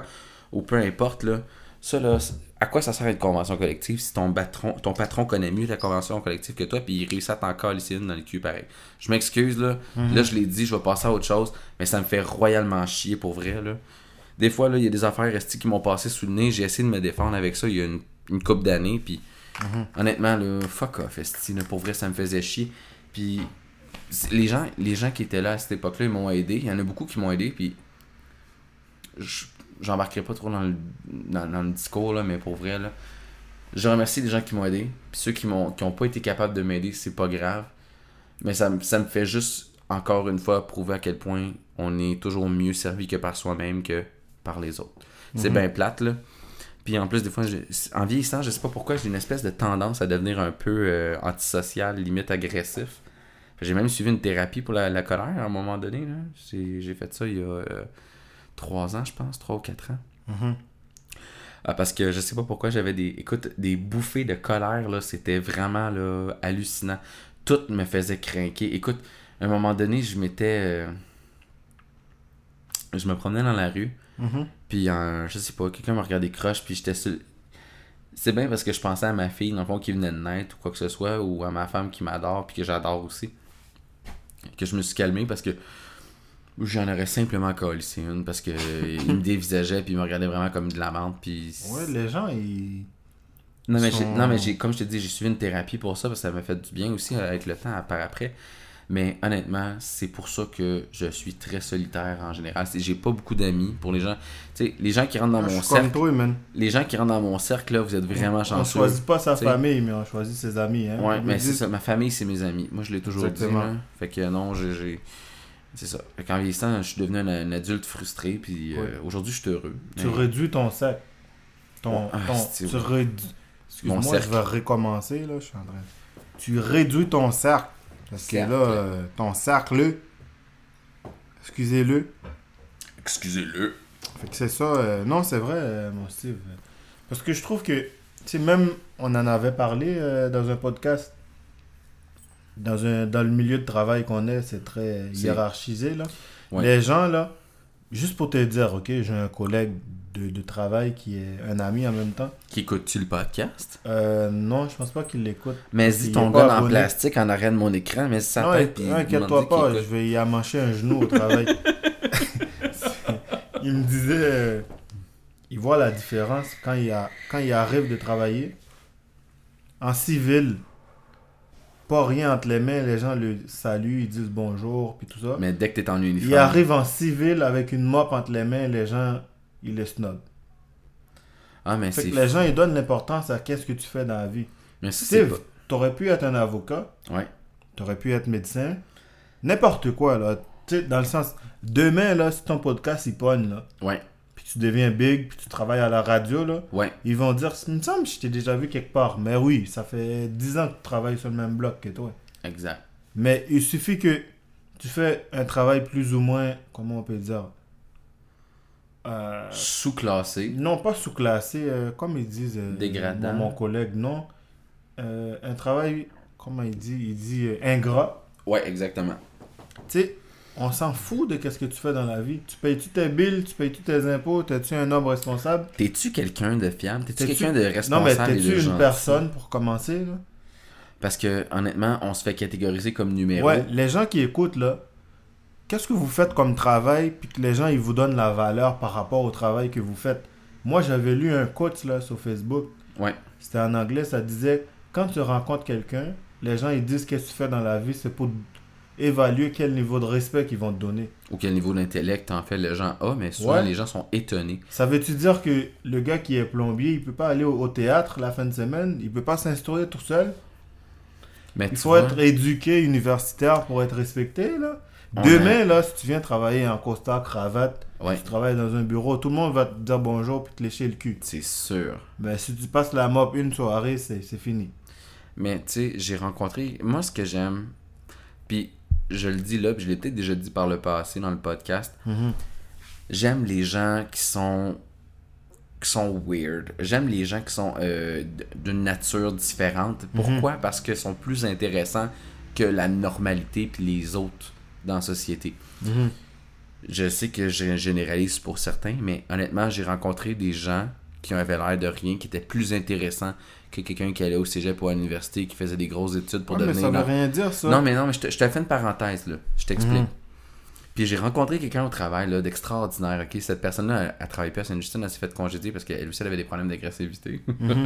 Speaker 4: ou peu importe, là. Ça, là, c'est- à quoi ça sert une convention collective si ton patron, ton patron connaît mieux la convention collective que toi, puis il réussit à t'en calisser une dans le cul pareil. Je m'excuse, là. Là, je l'ai dit, je vais passer à autre chose, mais ça me fait royalement chier pour vrai, là. Des fois, là, il y a des affaires resties qui m'ont passé sous le nez, j'ai essayé de me défendre avec ça il y a une, une couple d'années, puis honnêtement, le fuck off, esti, là, pour vrai, ça me faisait chier. Puis c'est- les gens, les gens qui étaient là à cette époque-là, ils m'ont aidé. Il y en a beaucoup qui m'ont aidé, puis je- j'embarquerai pas trop dans le, dans, dans le discours, là, mais pour vrai, là, je remercie les gens qui m'ont aidé. Puis ceux qui m'ont qui ont pas été capables de m'aider, c'est pas grave. Mais ça, me- ça me fait juste, encore une fois, prouver à quel point on est toujours mieux servi que par soi-même que par les autres. C'est bien plate, là. Puis en plus, des fois, j'ai- en vieillissant, je sais pas pourquoi, j'ai une espèce de tendance à devenir un peu euh, antisocial, limite agressif. J'ai même suivi une thérapie pour la, la colère à un moment donné. là. J'ai j'ai fait ça il y a euh, trois ans, je pense, trois ou quatre ans.
Speaker 5: Mhm.
Speaker 4: Ah, parce que je sais pas pourquoi j'avais des. Écoute, des bouffées de colère, là, c'était vraiment là, hallucinant. Tout me faisait craquer. Écoute, à un moment donné, je m'étais. euh, Je me promenais dans la rue.
Speaker 5: Mhm.
Speaker 4: Puis, un- je sais pas, quelqu'un m'a regardé croche, puis j'étais sur. C'est bien parce que je pensais à ma fille, dans le fond, qui venait de naître ou quoi que ce soit, ou à ma femme qui m'adore, puis que j'adore aussi. Que je me suis calmé parce que j'en aurais simplement colissé une, parce que il me dévisageait, puis il me regardait vraiment comme de la menthe, puis.
Speaker 5: Ouais, les gens, ils...
Speaker 4: Non mais, j'ai-
Speaker 5: sont-
Speaker 4: non, mais j'ai, comme je te dis, j'ai suivi une thérapie pour ça parce que ça m'a fait du bien aussi euh, avec le temps à- par après. Mais honnêtement, c'est pour ça que je suis très solitaire en général. C'est- j'ai pas beaucoup d'amis pour les gens. Tu sais, les gens qui rentrent dans
Speaker 5: Ah, Je
Speaker 4: Ah, mon
Speaker 5: suis comme
Speaker 4: cercle,
Speaker 5: toi, man.
Speaker 4: les gens qui rentrent dans mon cercle, là, vous êtes vraiment
Speaker 5: On
Speaker 4: chanceux.
Speaker 5: choisit pas sa
Speaker 4: t'sais.
Speaker 5: famille, mais on choisit ses amis. Hein.
Speaker 4: Ouais,
Speaker 5: Ils
Speaker 4: mais
Speaker 5: disent-
Speaker 4: c'est ça. Ma famille, c'est mes amis. Moi, je l'ai toujours
Speaker 5: Exactement.
Speaker 4: dit. là. Fait que non, j'ai. j'ai- C'est ça. Fait qu'en vieillissant, je suis devenu un, un adulte frustré. Puis euh,
Speaker 5: Ouais.
Speaker 4: aujourd'hui, je suis heureux.
Speaker 5: Tu
Speaker 4: Mais-
Speaker 5: réduis ton sac. Ton,
Speaker 4: Ah,
Speaker 5: ton-
Speaker 4: c'est-
Speaker 5: tu réduis...
Speaker 4: Mon
Speaker 5: Excuse-moi, je
Speaker 4: cercle.
Speaker 5: vais recommencer, là, je suis en train... Tu réduis ton cercle. Parce que là,
Speaker 4: Cercle.
Speaker 5: euh, ton cercle, excusez-le.
Speaker 2: Excusez-le.
Speaker 5: Fait que c'est ça. euh, non, c'est vrai, euh, mon Steve. Parce que je trouve que, tu sais, même, on en avait parlé euh, dans un podcast. Dans, un, dans le milieu de travail qu'on est, c'est très
Speaker 4: C'est-
Speaker 5: hiérarchisé, là.
Speaker 4: Ouais.
Speaker 5: Les gens, là, juste pour te dire, OK, j'ai un collègue de, de travail qui est un ami en même temps.
Speaker 4: Qui écoutes-tu le podcast?
Speaker 5: Euh, non, je pense pas qu'il l'écoute.
Speaker 4: Mais
Speaker 5: Il
Speaker 4: dis
Speaker 5: est
Speaker 4: ton
Speaker 5: pas
Speaker 4: gars en
Speaker 5: abonné.
Speaker 4: plastique en arrête de mon écran, mais ça
Speaker 5: Non,
Speaker 4: peut être.
Speaker 5: Ah inquiète-toi pas, je vais y amancher un genou au travail. il me disait, euh, il voit la différence quand il, a, quand il arrive de travailler en civil. Pas rien entre les mains, les gens le saluent, ils disent bonjour, puis tout ça.
Speaker 4: Mais dès que t'es en uniforme.
Speaker 5: il arrive en civil avec une mop entre les mains, les gens, ils le snobent.
Speaker 4: Ah, mais
Speaker 5: Fait
Speaker 4: c'est.
Speaker 5: que les gens, ils donnent l'importance à qu'est-ce que tu fais dans la vie.
Speaker 4: Mais ça, c'est
Speaker 5: Steve,
Speaker 4: pas.
Speaker 5: t'aurais pu être un avocat,
Speaker 4: Ouais.
Speaker 5: t'aurais pu être médecin, n'importe quoi, là. Tu sais, dans le sens, demain, là, si ton podcast, il pogne, là,
Speaker 4: Ouais.
Speaker 5: puis tu deviens big, puis tu travailles à la radio, là,
Speaker 4: Ouais.
Speaker 5: ils vont dire, il me semble que je t'ai déjà vu quelque part. Mais oui, ça fait 10 ans que tu travailles sur le même bloc que toi.
Speaker 4: Exact.
Speaker 5: Mais il suffit que tu fais un travail plus ou moins, comment on peut dire, euh,
Speaker 4: Sous-classé.
Speaker 5: non, pas sous-classé, euh, comme ils disent. euh,
Speaker 4: Dégradant.
Speaker 5: Mon, mon collègue, non. Euh, un travail, comment il dit Il dit euh, ingrat.
Speaker 4: Ouais, exactement.
Speaker 5: Tu sais, on s'en fout de qu'est-ce que tu fais dans la vie. Tu payes-tu tes billes, tu payes-tu tes impôts, t'es-tu un homme responsable
Speaker 4: T'es-tu quelqu'un de fiable? T'es-tu
Speaker 5: T'es-tu-
Speaker 4: quelqu'un de
Speaker 5: Non,
Speaker 4: responsable
Speaker 5: mais
Speaker 4: et de
Speaker 5: t'es-tu une
Speaker 4: gentil?
Speaker 5: personne pour commencer là?
Speaker 4: Parce que, honnêtement, on se fait catégoriser comme numéro.
Speaker 5: Ouais, les gens qui écoutent, là, qu'est-ce que vous faites comme travail, puis que les gens, ils vous donnent la valeur par rapport au travail que vous faites. Moi, j'avais lu un coach, là, sur Facebook.
Speaker 4: Ouais.
Speaker 5: C'était en anglais, ça disait quand tu rencontres quelqu'un, les gens ils disent qu'est-ce que tu fais dans la vie, c'est pour évaluer quel niveau de respect qu'ils vont te donner.
Speaker 4: Ou quel niveau d'intellect en fait le gens a, mais souvent
Speaker 5: Ouais.
Speaker 4: les gens sont étonnés.
Speaker 5: Ça veut-tu dire que le gars qui est plombier, il peut pas aller au, au théâtre la fin de semaine, il peut pas s'instruire tout seul
Speaker 4: Mais
Speaker 5: Il
Speaker 4: tu
Speaker 5: faut
Speaker 4: vois,
Speaker 5: être éduqué universitaire pour être respecté là.
Speaker 4: On
Speaker 5: Demain là, si tu viens travailler en costard cravate,
Speaker 4: ouais,
Speaker 5: tu travailles dans un bureau, tout le monde va te dire bonjour puis te lécher le cul.
Speaker 4: c'est sûr.
Speaker 5: Mais si tu passes la mop une soirée, c'est c'est fini.
Speaker 4: Mais tu sais, j'ai rencontré. Moi, ce que j'aime, puis je le dis là, puis je l'ai peut-être déjà dit par le passé dans le podcast,
Speaker 5: Mhm.
Speaker 4: j'aime les gens qui sont. qui sont weird. J'aime les gens qui sont euh, d- d'une nature
Speaker 5: Mhm.
Speaker 4: différente. Pourquoi Parce qu'ils sont plus intéressants que la normalité puis les autres dans la société.
Speaker 5: Mhm.
Speaker 4: Je sais que je généralise pour certains, mais honnêtement, j'ai rencontré des gens qui avaient l'air de rien, qui étaient plus intéressants que quelqu'un qui allait au cégep ou à l'université, qui faisait des grosses études pour
Speaker 5: Ouais, mais
Speaker 4: devenir.
Speaker 5: ça veut
Speaker 4: une-
Speaker 5: rien dire ça.
Speaker 4: Non, mais non, mais je te, je te fais une parenthèse, là. Je t'explique.
Speaker 5: Mhm.
Speaker 4: Puis j'ai rencontré quelqu'un au travail, là, d'extraordinaire, OK? Cette personne-là, elle, elle travaille plus à Sainte-Justine, elle s'est fait congédier parce qu'elle aussi, elle avait des problèmes d'agressivité.
Speaker 5: Mhm.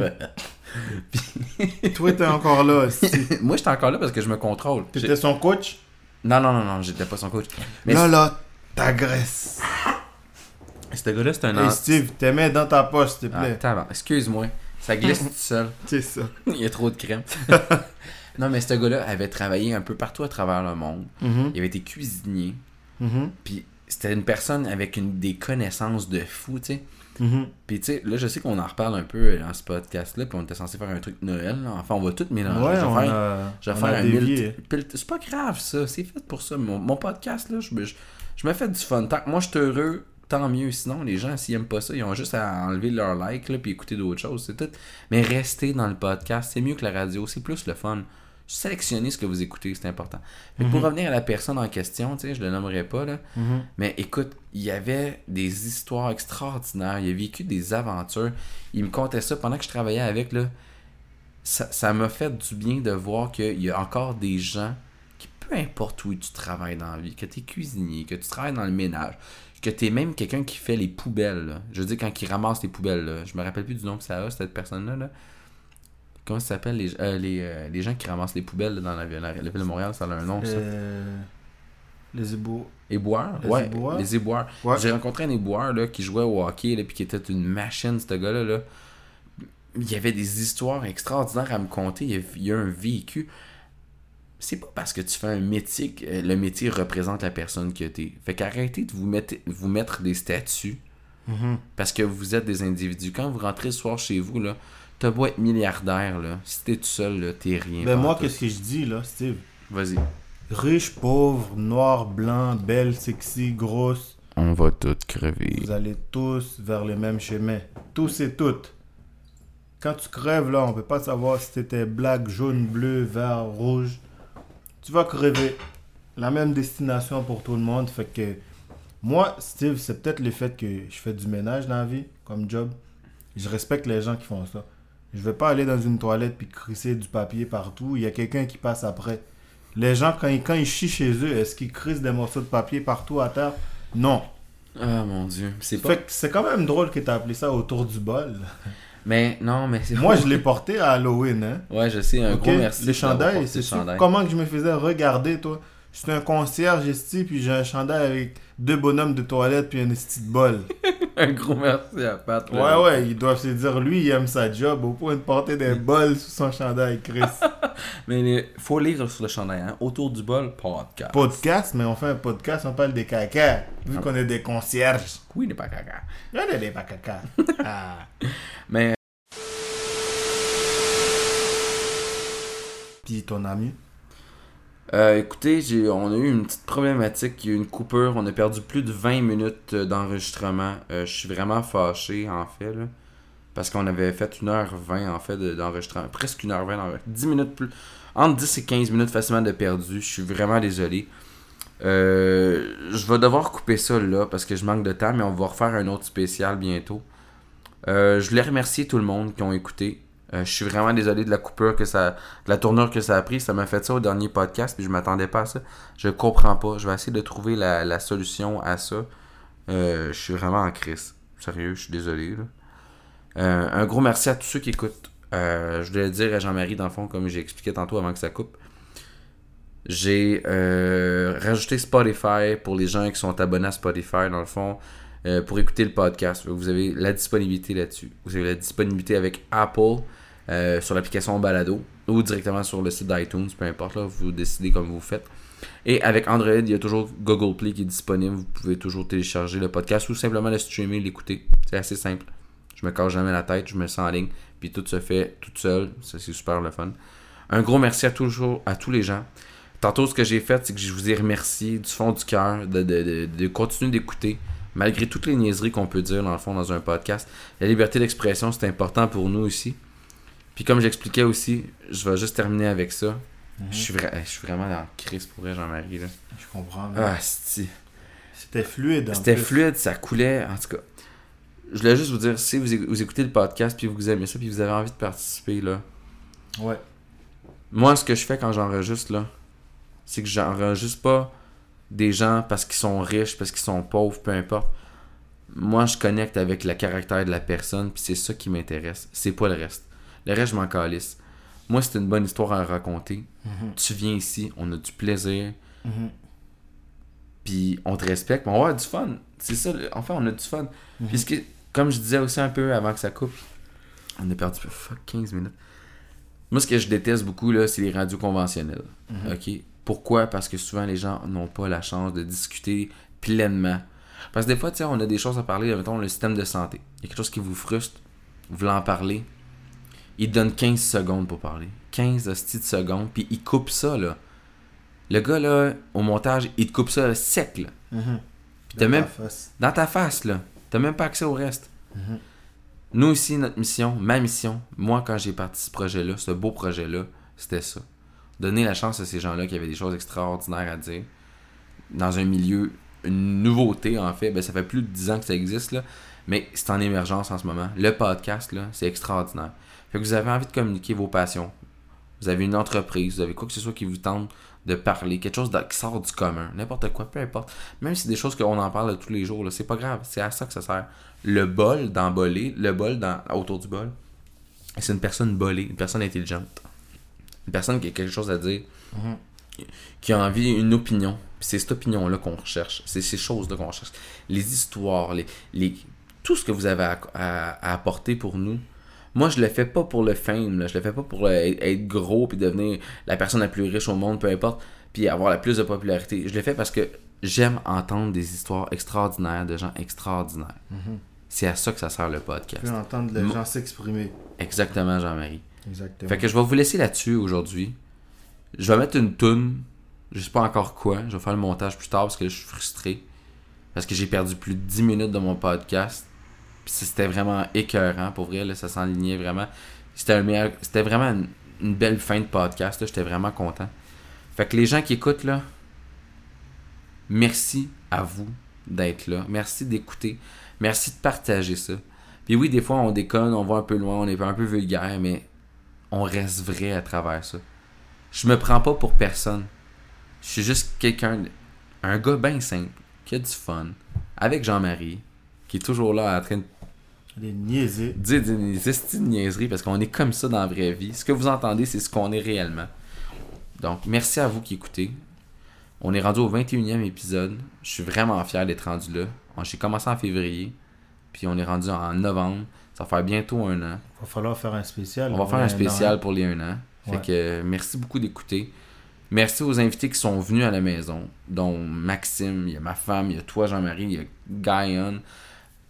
Speaker 5: Toi, t'es encore là. si.
Speaker 4: Moi, j'étais encore là parce que je me contrôle.
Speaker 5: T'étais son coach.
Speaker 4: J'ai- Non, non, non, non, j'étais pas son coach. Mais
Speaker 5: Là, là, t'agresses.
Speaker 4: c- ce gars-là, c'est un... an-
Speaker 5: Hey Steve, tes mains dans ta poche, s'il te
Speaker 4: Ah,
Speaker 5: plaît.
Speaker 4: tabarnak, excuse-moi. Ça glisse tout seul.
Speaker 5: C'est ça.
Speaker 4: Il y a trop de crème. non, mais ce gars-là avait travaillé un peu partout à travers le monde.
Speaker 5: Mhm,
Speaker 4: Il avait été cuisinier.
Speaker 5: mhm,
Speaker 4: Puis c'était une personne avec une, des connaissances de fou, tu sais.
Speaker 5: mhm.
Speaker 4: Puis tu sais, là, je sais qu'on en reparle un peu euh, dans ce podcast-là. Puis on était censé faire un truc de Noël. là. Enfin, on va tout mélanger.
Speaker 5: Ouais,
Speaker 4: je vais
Speaker 5: on
Speaker 4: faire,
Speaker 5: a,
Speaker 4: je vais
Speaker 5: on
Speaker 4: faire
Speaker 5: a
Speaker 4: un
Speaker 5: dévié.
Speaker 4: mille- mille- C'est pas grave, ça. C'est fait pour ça. Mon, mon podcast, là, je me, je, je me fais du fun. Tant que moi, je suis heureux. Tant mieux, sinon les gens, s'ils aiment pas ça, ils ont juste à enlever leur like là, puis écouter d'autres choses, c'est tout. Mais restez dans le podcast, c'est mieux que la radio, c'est plus le fun. Sélectionnez ce que vous écoutez, c'est important. Fait que Pour revenir à la personne en question, tu sais, je le nommerai pas, là,
Speaker 5: Mhm.
Speaker 4: mais écoute, il y avait des histoires extraordinaires. Il a vécu des aventures. Il me contait ça pendant que je travaillais avec. Là, ça ça m'a fait du bien de voir qu'il y a encore des gens qui, peu importe où tu travailles dans la vie, que tu es cuisinier, que tu travailles dans le ménage, que tu es même quelqu'un qui fait les poubelles. là. Je veux dire, quand il ramasse les poubelles, là. je me rappelle plus du nom que ça a, cette personne-là. Là. Comment ça s'appelle les, euh, les, euh, les gens qui ramassent les poubelles là, dans la, la- la ville de Montréal Ça a un nom, ça.
Speaker 5: Euh, Les ébous.
Speaker 4: Éboires,
Speaker 5: Les
Speaker 4: ouais,
Speaker 5: éboueurs?
Speaker 4: les éboires.
Speaker 5: Ouais.
Speaker 4: J'ai rencontré un éboueur là, qui jouait au hockey là, puis qui était une machine, ce gars-là. Là. Il y avait des histoires extraordinaires à me conter. Il y a, il y a un vécu. C'est pas parce que tu fais un métier que euh, le métier représente la personne que t'es. Fait qu'arrêtez de vous mettre, vous mettre des statuts
Speaker 5: Mhm.
Speaker 4: parce que vous êtes des individus. Quand vous rentrez le soir chez vous, là, t'as beau être milliardaire, là. Si t'es tout seul, là, t'es rien.
Speaker 5: Ben moi,
Speaker 4: pantoute.
Speaker 5: qu'est-ce que je dis là, Steve
Speaker 4: Vas-y.
Speaker 5: Riche, pauvre, noir, blanc, belle, sexy, grosse,
Speaker 4: On va tous crever.
Speaker 5: vous allez tous vers le même chemin. Tous et toutes. Quand tu crèves là, on peut pas savoir si t'étais black, jaune, bleu, vert, rouge. Tu vas crever. La même destination pour tout le monde. Fait que moi, Steve, c'est peut-être le fait que je fais du ménage dans la vie, comme job. Je respecte les gens qui font ça. Je vais pas aller dans une toilette puis crisser du papier partout. Il y a quelqu'un qui passe après. Les gens, quand ils, quand ils chient chez eux, est-ce qu'ils crissent des morceaux de papier partout à terre Non.
Speaker 4: Ah mon dieu. C'est pas.
Speaker 5: Fait que c'est quand même drôle que t'as appelé ça autour du bol.
Speaker 4: Mais non, mais c'est.
Speaker 5: Moi, je l'ai porté à Halloween, hein.
Speaker 4: Ouais, je sais, un
Speaker 5: Ok?
Speaker 4: gros merci.
Speaker 5: Le
Speaker 4: de m'avoir
Speaker 5: chandail,
Speaker 4: porté
Speaker 5: c'est
Speaker 4: le
Speaker 5: sûr.
Speaker 4: chandail.
Speaker 5: Comment que je me faisais regarder, toi J'étais un concierge ici, puis j'ai un chandail avec deux bonhommes de toilette, puis un esti de bol.
Speaker 4: Un gros merci à Pat.
Speaker 5: Ouais, ouais, ils doivent se dire, lui, il aime sa job au point de porter des
Speaker 4: Mm.
Speaker 5: bols sous son chandail, Chris.
Speaker 4: Mais euh, faut lire sur le chandail, hein. Autour du bol, podcast.
Speaker 5: podcast, mais on fait un podcast, on parle des caca, vu
Speaker 4: Ah.
Speaker 5: qu'on est des concierges.
Speaker 4: Oui, n'est pas caca.
Speaker 5: Il y en a des pas caca. Ah.
Speaker 4: Mais
Speaker 5: Puis ton ami
Speaker 4: euh, écoutez, j'ai- on a eu une petite problématique, il y a eu une coupure, on a perdu plus de 20 minutes euh, d'enregistrement. Euh, je suis vraiment fâché, en fait, là. Parce qu'on avait fait 1h20, en fait, de- d'enregistrement. Presque 1h20 d'enregistrement. 10 minutes plus. Entre 10 et 15 minutes facilement de perdu. Je suis vraiment désolé. Euh, je vais devoir couper ça là parce que je manque de temps, mais on va refaire un autre spécial bientôt. Euh, je voulais remercier tout le monde qui ont écouté. Euh, je suis vraiment désolé de la coupure que ça, de la tournure que ça a pris. Ça m'a fait ça au dernier podcast, puis je m'attendais pas à ça. Je comprends pas. Je vais essayer de trouver la, la solution à ça. Euh, je suis vraiment en crise. Sérieux, je suis désolé. là. Euh, un gros merci à tous ceux qui écoutent. Euh, je voulais dire à Jean-Marie, dans le fond, comme j'ai expliqué tantôt avant que ça coupe, j'ai euh, rajouté Spotify pour les gens qui sont abonnés à Spotify, dans le fond, euh, pour écouter le podcast. Vous avez la disponibilité là-dessus. Vous avez la disponibilité avec Apple euh, sur l'application Balado ou directement sur le site d'iTunes, peu importe, là, vous décidez comme vous faites. Et avec Android, il y a toujours Google Play qui est disponible. Vous pouvez toujours télécharger le podcast ou simplement le streamer, l'écouter. C'est assez simple. Je me casse jamais la tête, je me sens en ligne, puis tout se fait toute seule. Ça, c'est super le fun. Un gros merci à, toujours, à tous les gens. Tantôt, ce que j'ai fait, c'est que je vous ai remercié du fond du cœur de, de- de- de continuer d'écouter, malgré toutes les niaiseries qu'on peut dire, dans le fond, dans un podcast. La liberté d'expression, c'est important pour nous aussi. Puis comme j'expliquais aussi, je vais juste terminer avec ça.
Speaker 5: Mhm.
Speaker 4: Je suis vra- je suis vraiment dans la crise pour vrai, Jean-Marie. là.
Speaker 5: Je comprends. là.
Speaker 4: Ah, c'ti.
Speaker 5: C'était fluide. en
Speaker 4: C'était
Speaker 5: plus.
Speaker 4: fluide, ça coulait. En tout cas, je voulais juste vous dire, si vous, éc- vous écoutez le podcast, puis vous aimez ça, puis vous avez envie de participer, là.
Speaker 5: Ouais.
Speaker 4: Moi, ce que je fais quand j'enregistre, là, c'est que j'enregistre pas des gens parce qu'ils sont riches, parce qu'ils sont pauvres, peu importe. Moi, je connecte avec le caractère de la personne, puis c'est ça qui m'intéresse. C'est pas le reste. Le reste, je m'en calisse. Moi, c'est une bonne histoire à raconter. Tu viens ici, on a du plaisir.
Speaker 5: Mhm.
Speaker 4: Puis on te respecte, mais on va avoir du fun. C'est ça, le- enfin, on a du fun. Puis ce qui- comme je disais aussi un peu avant que ça coupe, on a perdu fuck, 15 minutes. Moi, ce que je déteste beaucoup, là, c'est les radios conventionnelles. OK? Pourquoi? Parce que souvent, les gens n'ont pas la chance de discuter pleinement. Parce que des fois, tu sais, on a des choses à parler, mettons, le système de santé. Il y a quelque chose qui vous frustre, vous voulez en parler, il te donne 15 secondes pour parler. 15 hosties de secondes, puis il coupe ça, là. Le gars, là, au montage, il te coupe ça là, sec, là. Puis t'as même
Speaker 5: Ta face.
Speaker 4: dans ta face, là. T'as même pas accès au reste. Nous aussi, notre mission, ma mission, moi, quand j'ai parti à ce projet-là, ce beau projet-là, c'était ça. Donner la chance à ces gens-là qui avaient des choses extraordinaires à dire dans un milieu, une nouveauté, en fait. Ben, ça fait plus de 10 ans que ça existe, là. Mais c'est en émergence en ce moment. Le podcast, là, c'est extraordinaire. Fait que vous avez envie de communiquer vos passions. Vous avez une entreprise, vous avez quoi que ce soit qui vous tente de parler, quelque chose de- qui sort du commun, n'importe quoi, peu importe. Même si c'est des choses qu'on en parle tous les jours, là, c'est pas grave, c'est à ça que ça sert. Le bol d'emboler, le bol dans, autour du bol, c'est une personne bolée, une personne intelligente. Une personne qui a quelque chose à dire, qui a envie, une opinion. Puis c'est cette opinion-là qu'on recherche, c'est ces choses-là qu'on recherche. Les histoires, les, les, tout ce que vous avez à, à- à apporter pour nous. Moi, je le fais pas pour le fame, là. je le fais pas pour euh, être être gros puis devenir la personne la plus riche au monde, peu importe, puis avoir la plus de popularité. Je le fais parce que j'aime entendre des histoires extraordinaires de gens extraordinaires. C'est à ça que ça sert le podcast.
Speaker 5: Tu peux entendre les
Speaker 4: Mo-
Speaker 5: gens s'exprimer.
Speaker 4: Exactement, Jean-Marie.
Speaker 5: Exactement.
Speaker 4: Mm. Fait que je vais vous laisser là-dessus aujourd'hui. Je vais mettre une toune. Je sais pas encore quoi. Je vais faire le montage plus tard parce que je suis frustré. Parce que j'ai perdu plus de 10 minutes de mon podcast. Puis ça, c'était vraiment écœurant pour vrai. Là, ça s'enlignait vraiment. C'était un meilleur- c'était vraiment une, une belle fin de podcast. là. J'étais vraiment content. Fait que les gens qui écoutent là, merci à vous d'être là. Merci d'écouter. Merci de partager ça. Puis oui, des fois on déconne, on va un peu loin, on est un peu vulgaire, mais on reste vrai à travers ça. Je me prends pas pour personne. Je suis juste quelqu'un, un gars bien simple, qui a du fun, avec Jean-Marie, qui est toujours là en train de
Speaker 5: Les niaiser.
Speaker 4: dire des, des hosties de niaiseries parce qu'on est comme ça dans la vraie vie. Ce que vous entendez, c'est ce qu'on est réellement. Donc, merci à vous qui écoutez. On est rendu au 21e épisode. Je suis vraiment fier d'être rendu là. On- J'ai commencé en février, puis on est rendu en novembre. Ça va faire bientôt un an.
Speaker 5: Va falloir faire un spécial.
Speaker 4: On va faire un spécial pour les 1 an. Fait
Speaker 5: Ouais.
Speaker 4: que euh, merci beaucoup d'écouter. Merci aux invités qui sont venus à la maison, dont Maxime, il y a ma femme, il y a toi Jean-Marie, il y a Guyon.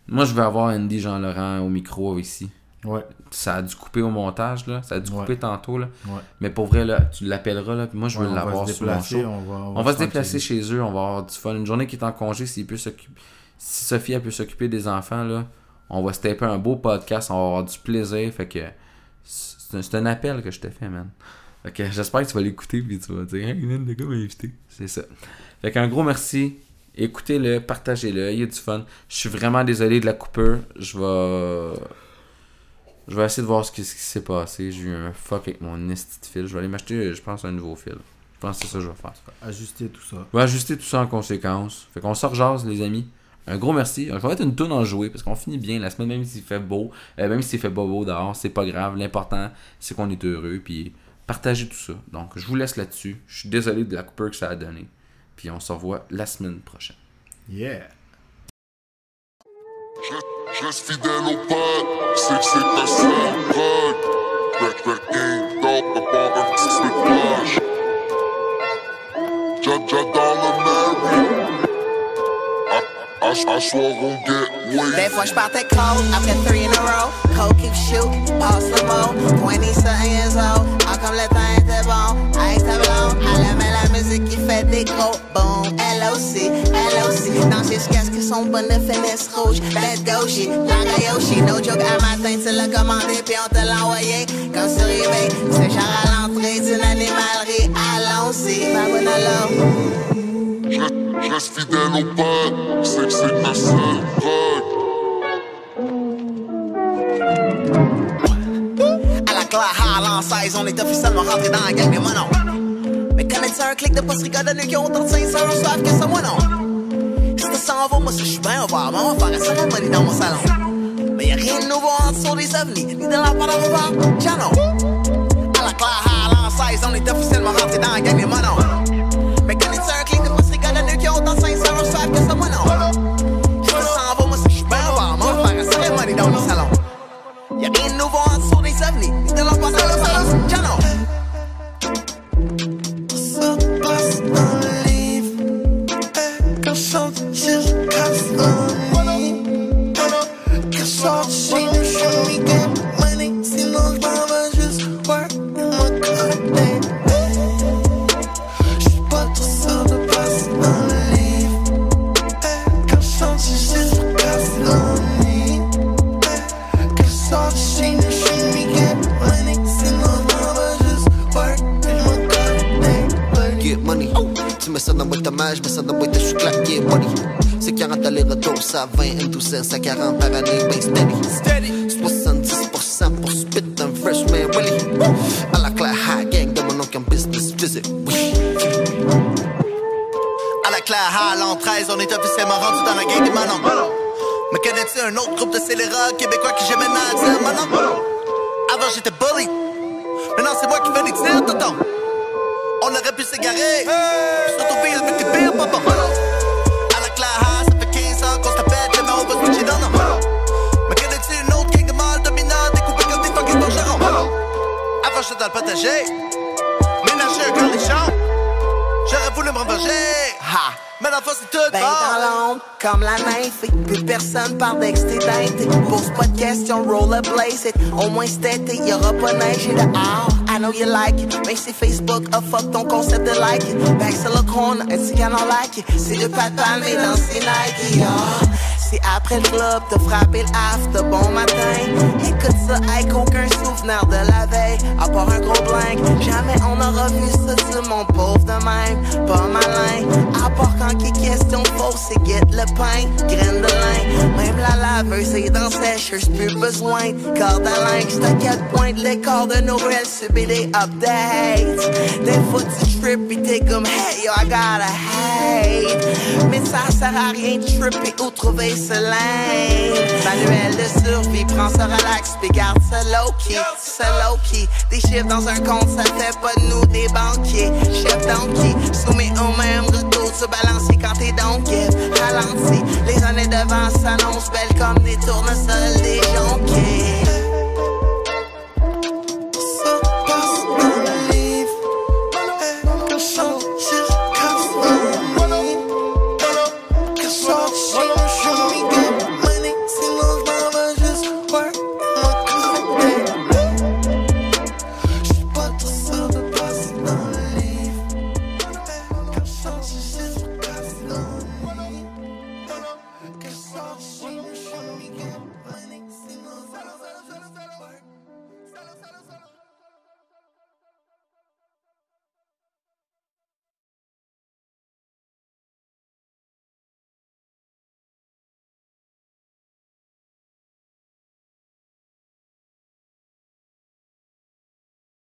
Speaker 4: Moi, je vais avoir Andy Jean-Laurent au micro ici.
Speaker 5: Ouais.
Speaker 4: Ça a dû couper au montage, là. Ça a dû
Speaker 5: Ouais.
Speaker 4: couper tantôt, là.
Speaker 5: Ouais.
Speaker 4: Mais pour vrai, là, tu l'appelleras, là. Puis moi, je veux
Speaker 5: Ouais, on va
Speaker 4: l'avoir
Speaker 5: se
Speaker 4: sur mon
Speaker 5: déplacer,
Speaker 4: show.
Speaker 5: On va, on
Speaker 4: On,
Speaker 5: va
Speaker 4: va se
Speaker 5: prendre
Speaker 4: déplacer
Speaker 5: ses-
Speaker 4: chez eux, on va avoir du fun. Une journée qui est en congé, s'il peut s'occuper. Si Sophie elle peut s'occuper des enfants, là, on va se taper un beau podcast, on va avoir du plaisir. Fait que c'est un- c'est un appel que je te fais, man. Fait que j'espère que tu vas l'écouter puis tu vas dire Hey man, le gars m'a invité. C'est ça. Fait qu'un gros merci. Écoutez-le, partagez-le, il y a du fun. Je suis vraiment désolé de la coupeur. Je vais. Je vais essayer de voir ce qui, ce qui s'est passé. J'ai eu un fuck avec mon esti de fil. Je vais aller m'acheter, je pense, un nouveau fil. Je pense que c'est ça que je vais faire.
Speaker 5: Ajuster tout ça.
Speaker 4: On va ajuster tout ça en conséquence. Fait qu'on se rejase, les amis. Un gros merci. Je vais mettre une tourne en jouer parce qu'on finit bien la semaine, même s'il fait beau, euh, même s'il fait pas beau dehors, c'est pas grave. L'important, c'est qu'on est heureux. Puis partagez tout ça. Donc, je vous laisse là-dessus. Je suis désolé de la coupure que ça a donné. Puis on se revoit la semaine prochaine.
Speaker 5: Yeah.
Speaker 6: Je reste- Je reste fidèle au pad, c'est que c'est ta seule drogue. Back, back, game, dope, à part un petit spectacle. Ja, ja, dans le mur. À, à, à soir, on get way.
Speaker 7: Des fois j'partais cold, après 3 in a row Cold keep shoot, passe le mot 25 years old, ah comme le temps était bon Ice ta blonde, elle aimait la musique qui fait des gros bons Elle aussi, elle aussi Dans jusqu'à ce que son bonnet finisse rouge Bête gauche, langue à Yoshi No joke, à matin tu l'as commandé puis on te l'a envoyé Comme sur eBay, c'est genre à l'entrée d'une animalerie Allons-y, babouin
Speaker 6: Je reste- je reste fidèle au pad, c'est que c'est ta seule drogue.
Speaker 7: À la claire, à l'an 16, on est officiellement rentré dans la gang des monos. Mais connais-tu un clic de poste rigodonneux qui ont autant de 500 soif que ça, moi non? Si t'es sans va, moi ça, je suis bien au bar, mais on va faire une cérémonie dans mon salon. Mais y'a rien de nouveau en dessous des ovnis, ni de la part au bar, Jano. À la claire, à l'an 16, on est officiellement rentré dans la gang des monos. Mais connais-tu un clic de poste rigodonneux qui ont autant de 500 soif que ça, moi non? Si t'es sans va, moi ça, je suis bien au bar, mais on va faire une cérémonie dans mon salon. Y'a rien de nouveau en dessous des ovnis. Ils te l'ont passé à Los Angeles, Jano. Ça passe un livre. Quand sortir, casse un livre. Quand sortir, show me that money. Sinon, j'm'en vais juste work in my côté. J'suis pas tout seul de passer un livre. Quand sortir, juste casse un livre. Cause all the shit that she me get money. See my mama just work in my company.
Speaker 8: get money. Tu mets ça dans boîte à main, je mets ça dans boîte à je suis claqué, money. C'est 40 allers-retours, ça 20, un douzaine, ça 40 par année, ben steady. 70% pour spit un fresh man, really. À la claire, high gang, de mon oncle en business visit, oui.
Speaker 7: À la claire, à l'an 13, on est officiellement rendu dans la gang des manons. Mais connais-tu un autre groupe de scélérats québécois qui jamais n'a à dire manon? Avant j'étais bully, maintenant c'est moi qui fais les tirs, tonton. On aurait pu s'égarer, surtout pire, mais t'es pire, papa. À la claire, ah, ça fait 15 ans qu'on se la pète, jamais on va switcher dans nos Mais connais-tu une autre gang de mâles dominants découpés comme des fucking dongerons? Avant j'étais dans le potager, ménager un grand champs. J'aurais voulu me revenger. Ha! Mais dans le fond, c'est tout
Speaker 8: Ben
Speaker 7: bon.
Speaker 8: dans l'ombre, comme la nymphe Plus personne par d'exté d'intérêt Pose pas de questions, rollerblaze it Au moins cet été, y'aura pas neige et dehors I know you like it Même si Facebook a fuck ton concept de like it Back sur le corner, ainsi qu'à non like it C'est deux pattes mais dans ses Nike, yeah. C'est après le club, t'as frappé l'after, bon matin Écoute ça avec aucun souvenir de la veille À part un gros blank, jamais on aura vu ça sur mon pauvre de même Pas malin, à part quand qui question fausse C'est get le pain, graine de lin Même la laveuse est dans sécheuse, plus besoin de Corde à linge, c'est à quatre points de l'écart de Noël Subis les updates Des fois tu trip pis t'es comme Hey yo, I gotta hate Mais ça sert à rien de tripper ou trouver ce lane Manuel de survie, prends ça relax pis garde ça low-key Ça low-key, des chiffres dans un compte ça fait pas de nous des banquiers Chef donkey, soumis au même retour se balancer quand t'es donc Ralenti, les années devant s'annoncent belles comme des tournesols des jonquets
Speaker 7: Ça passe dans le livre. Que sortir, casse un livre. Que sortir, show me that money. Sinon, j'm'en vais juste work my company. J'suis pas tout seul de passer dans le livre. Que sortir, juste casse un livre. Que sortir, show me that money. Sinon, j'm'en vais juste work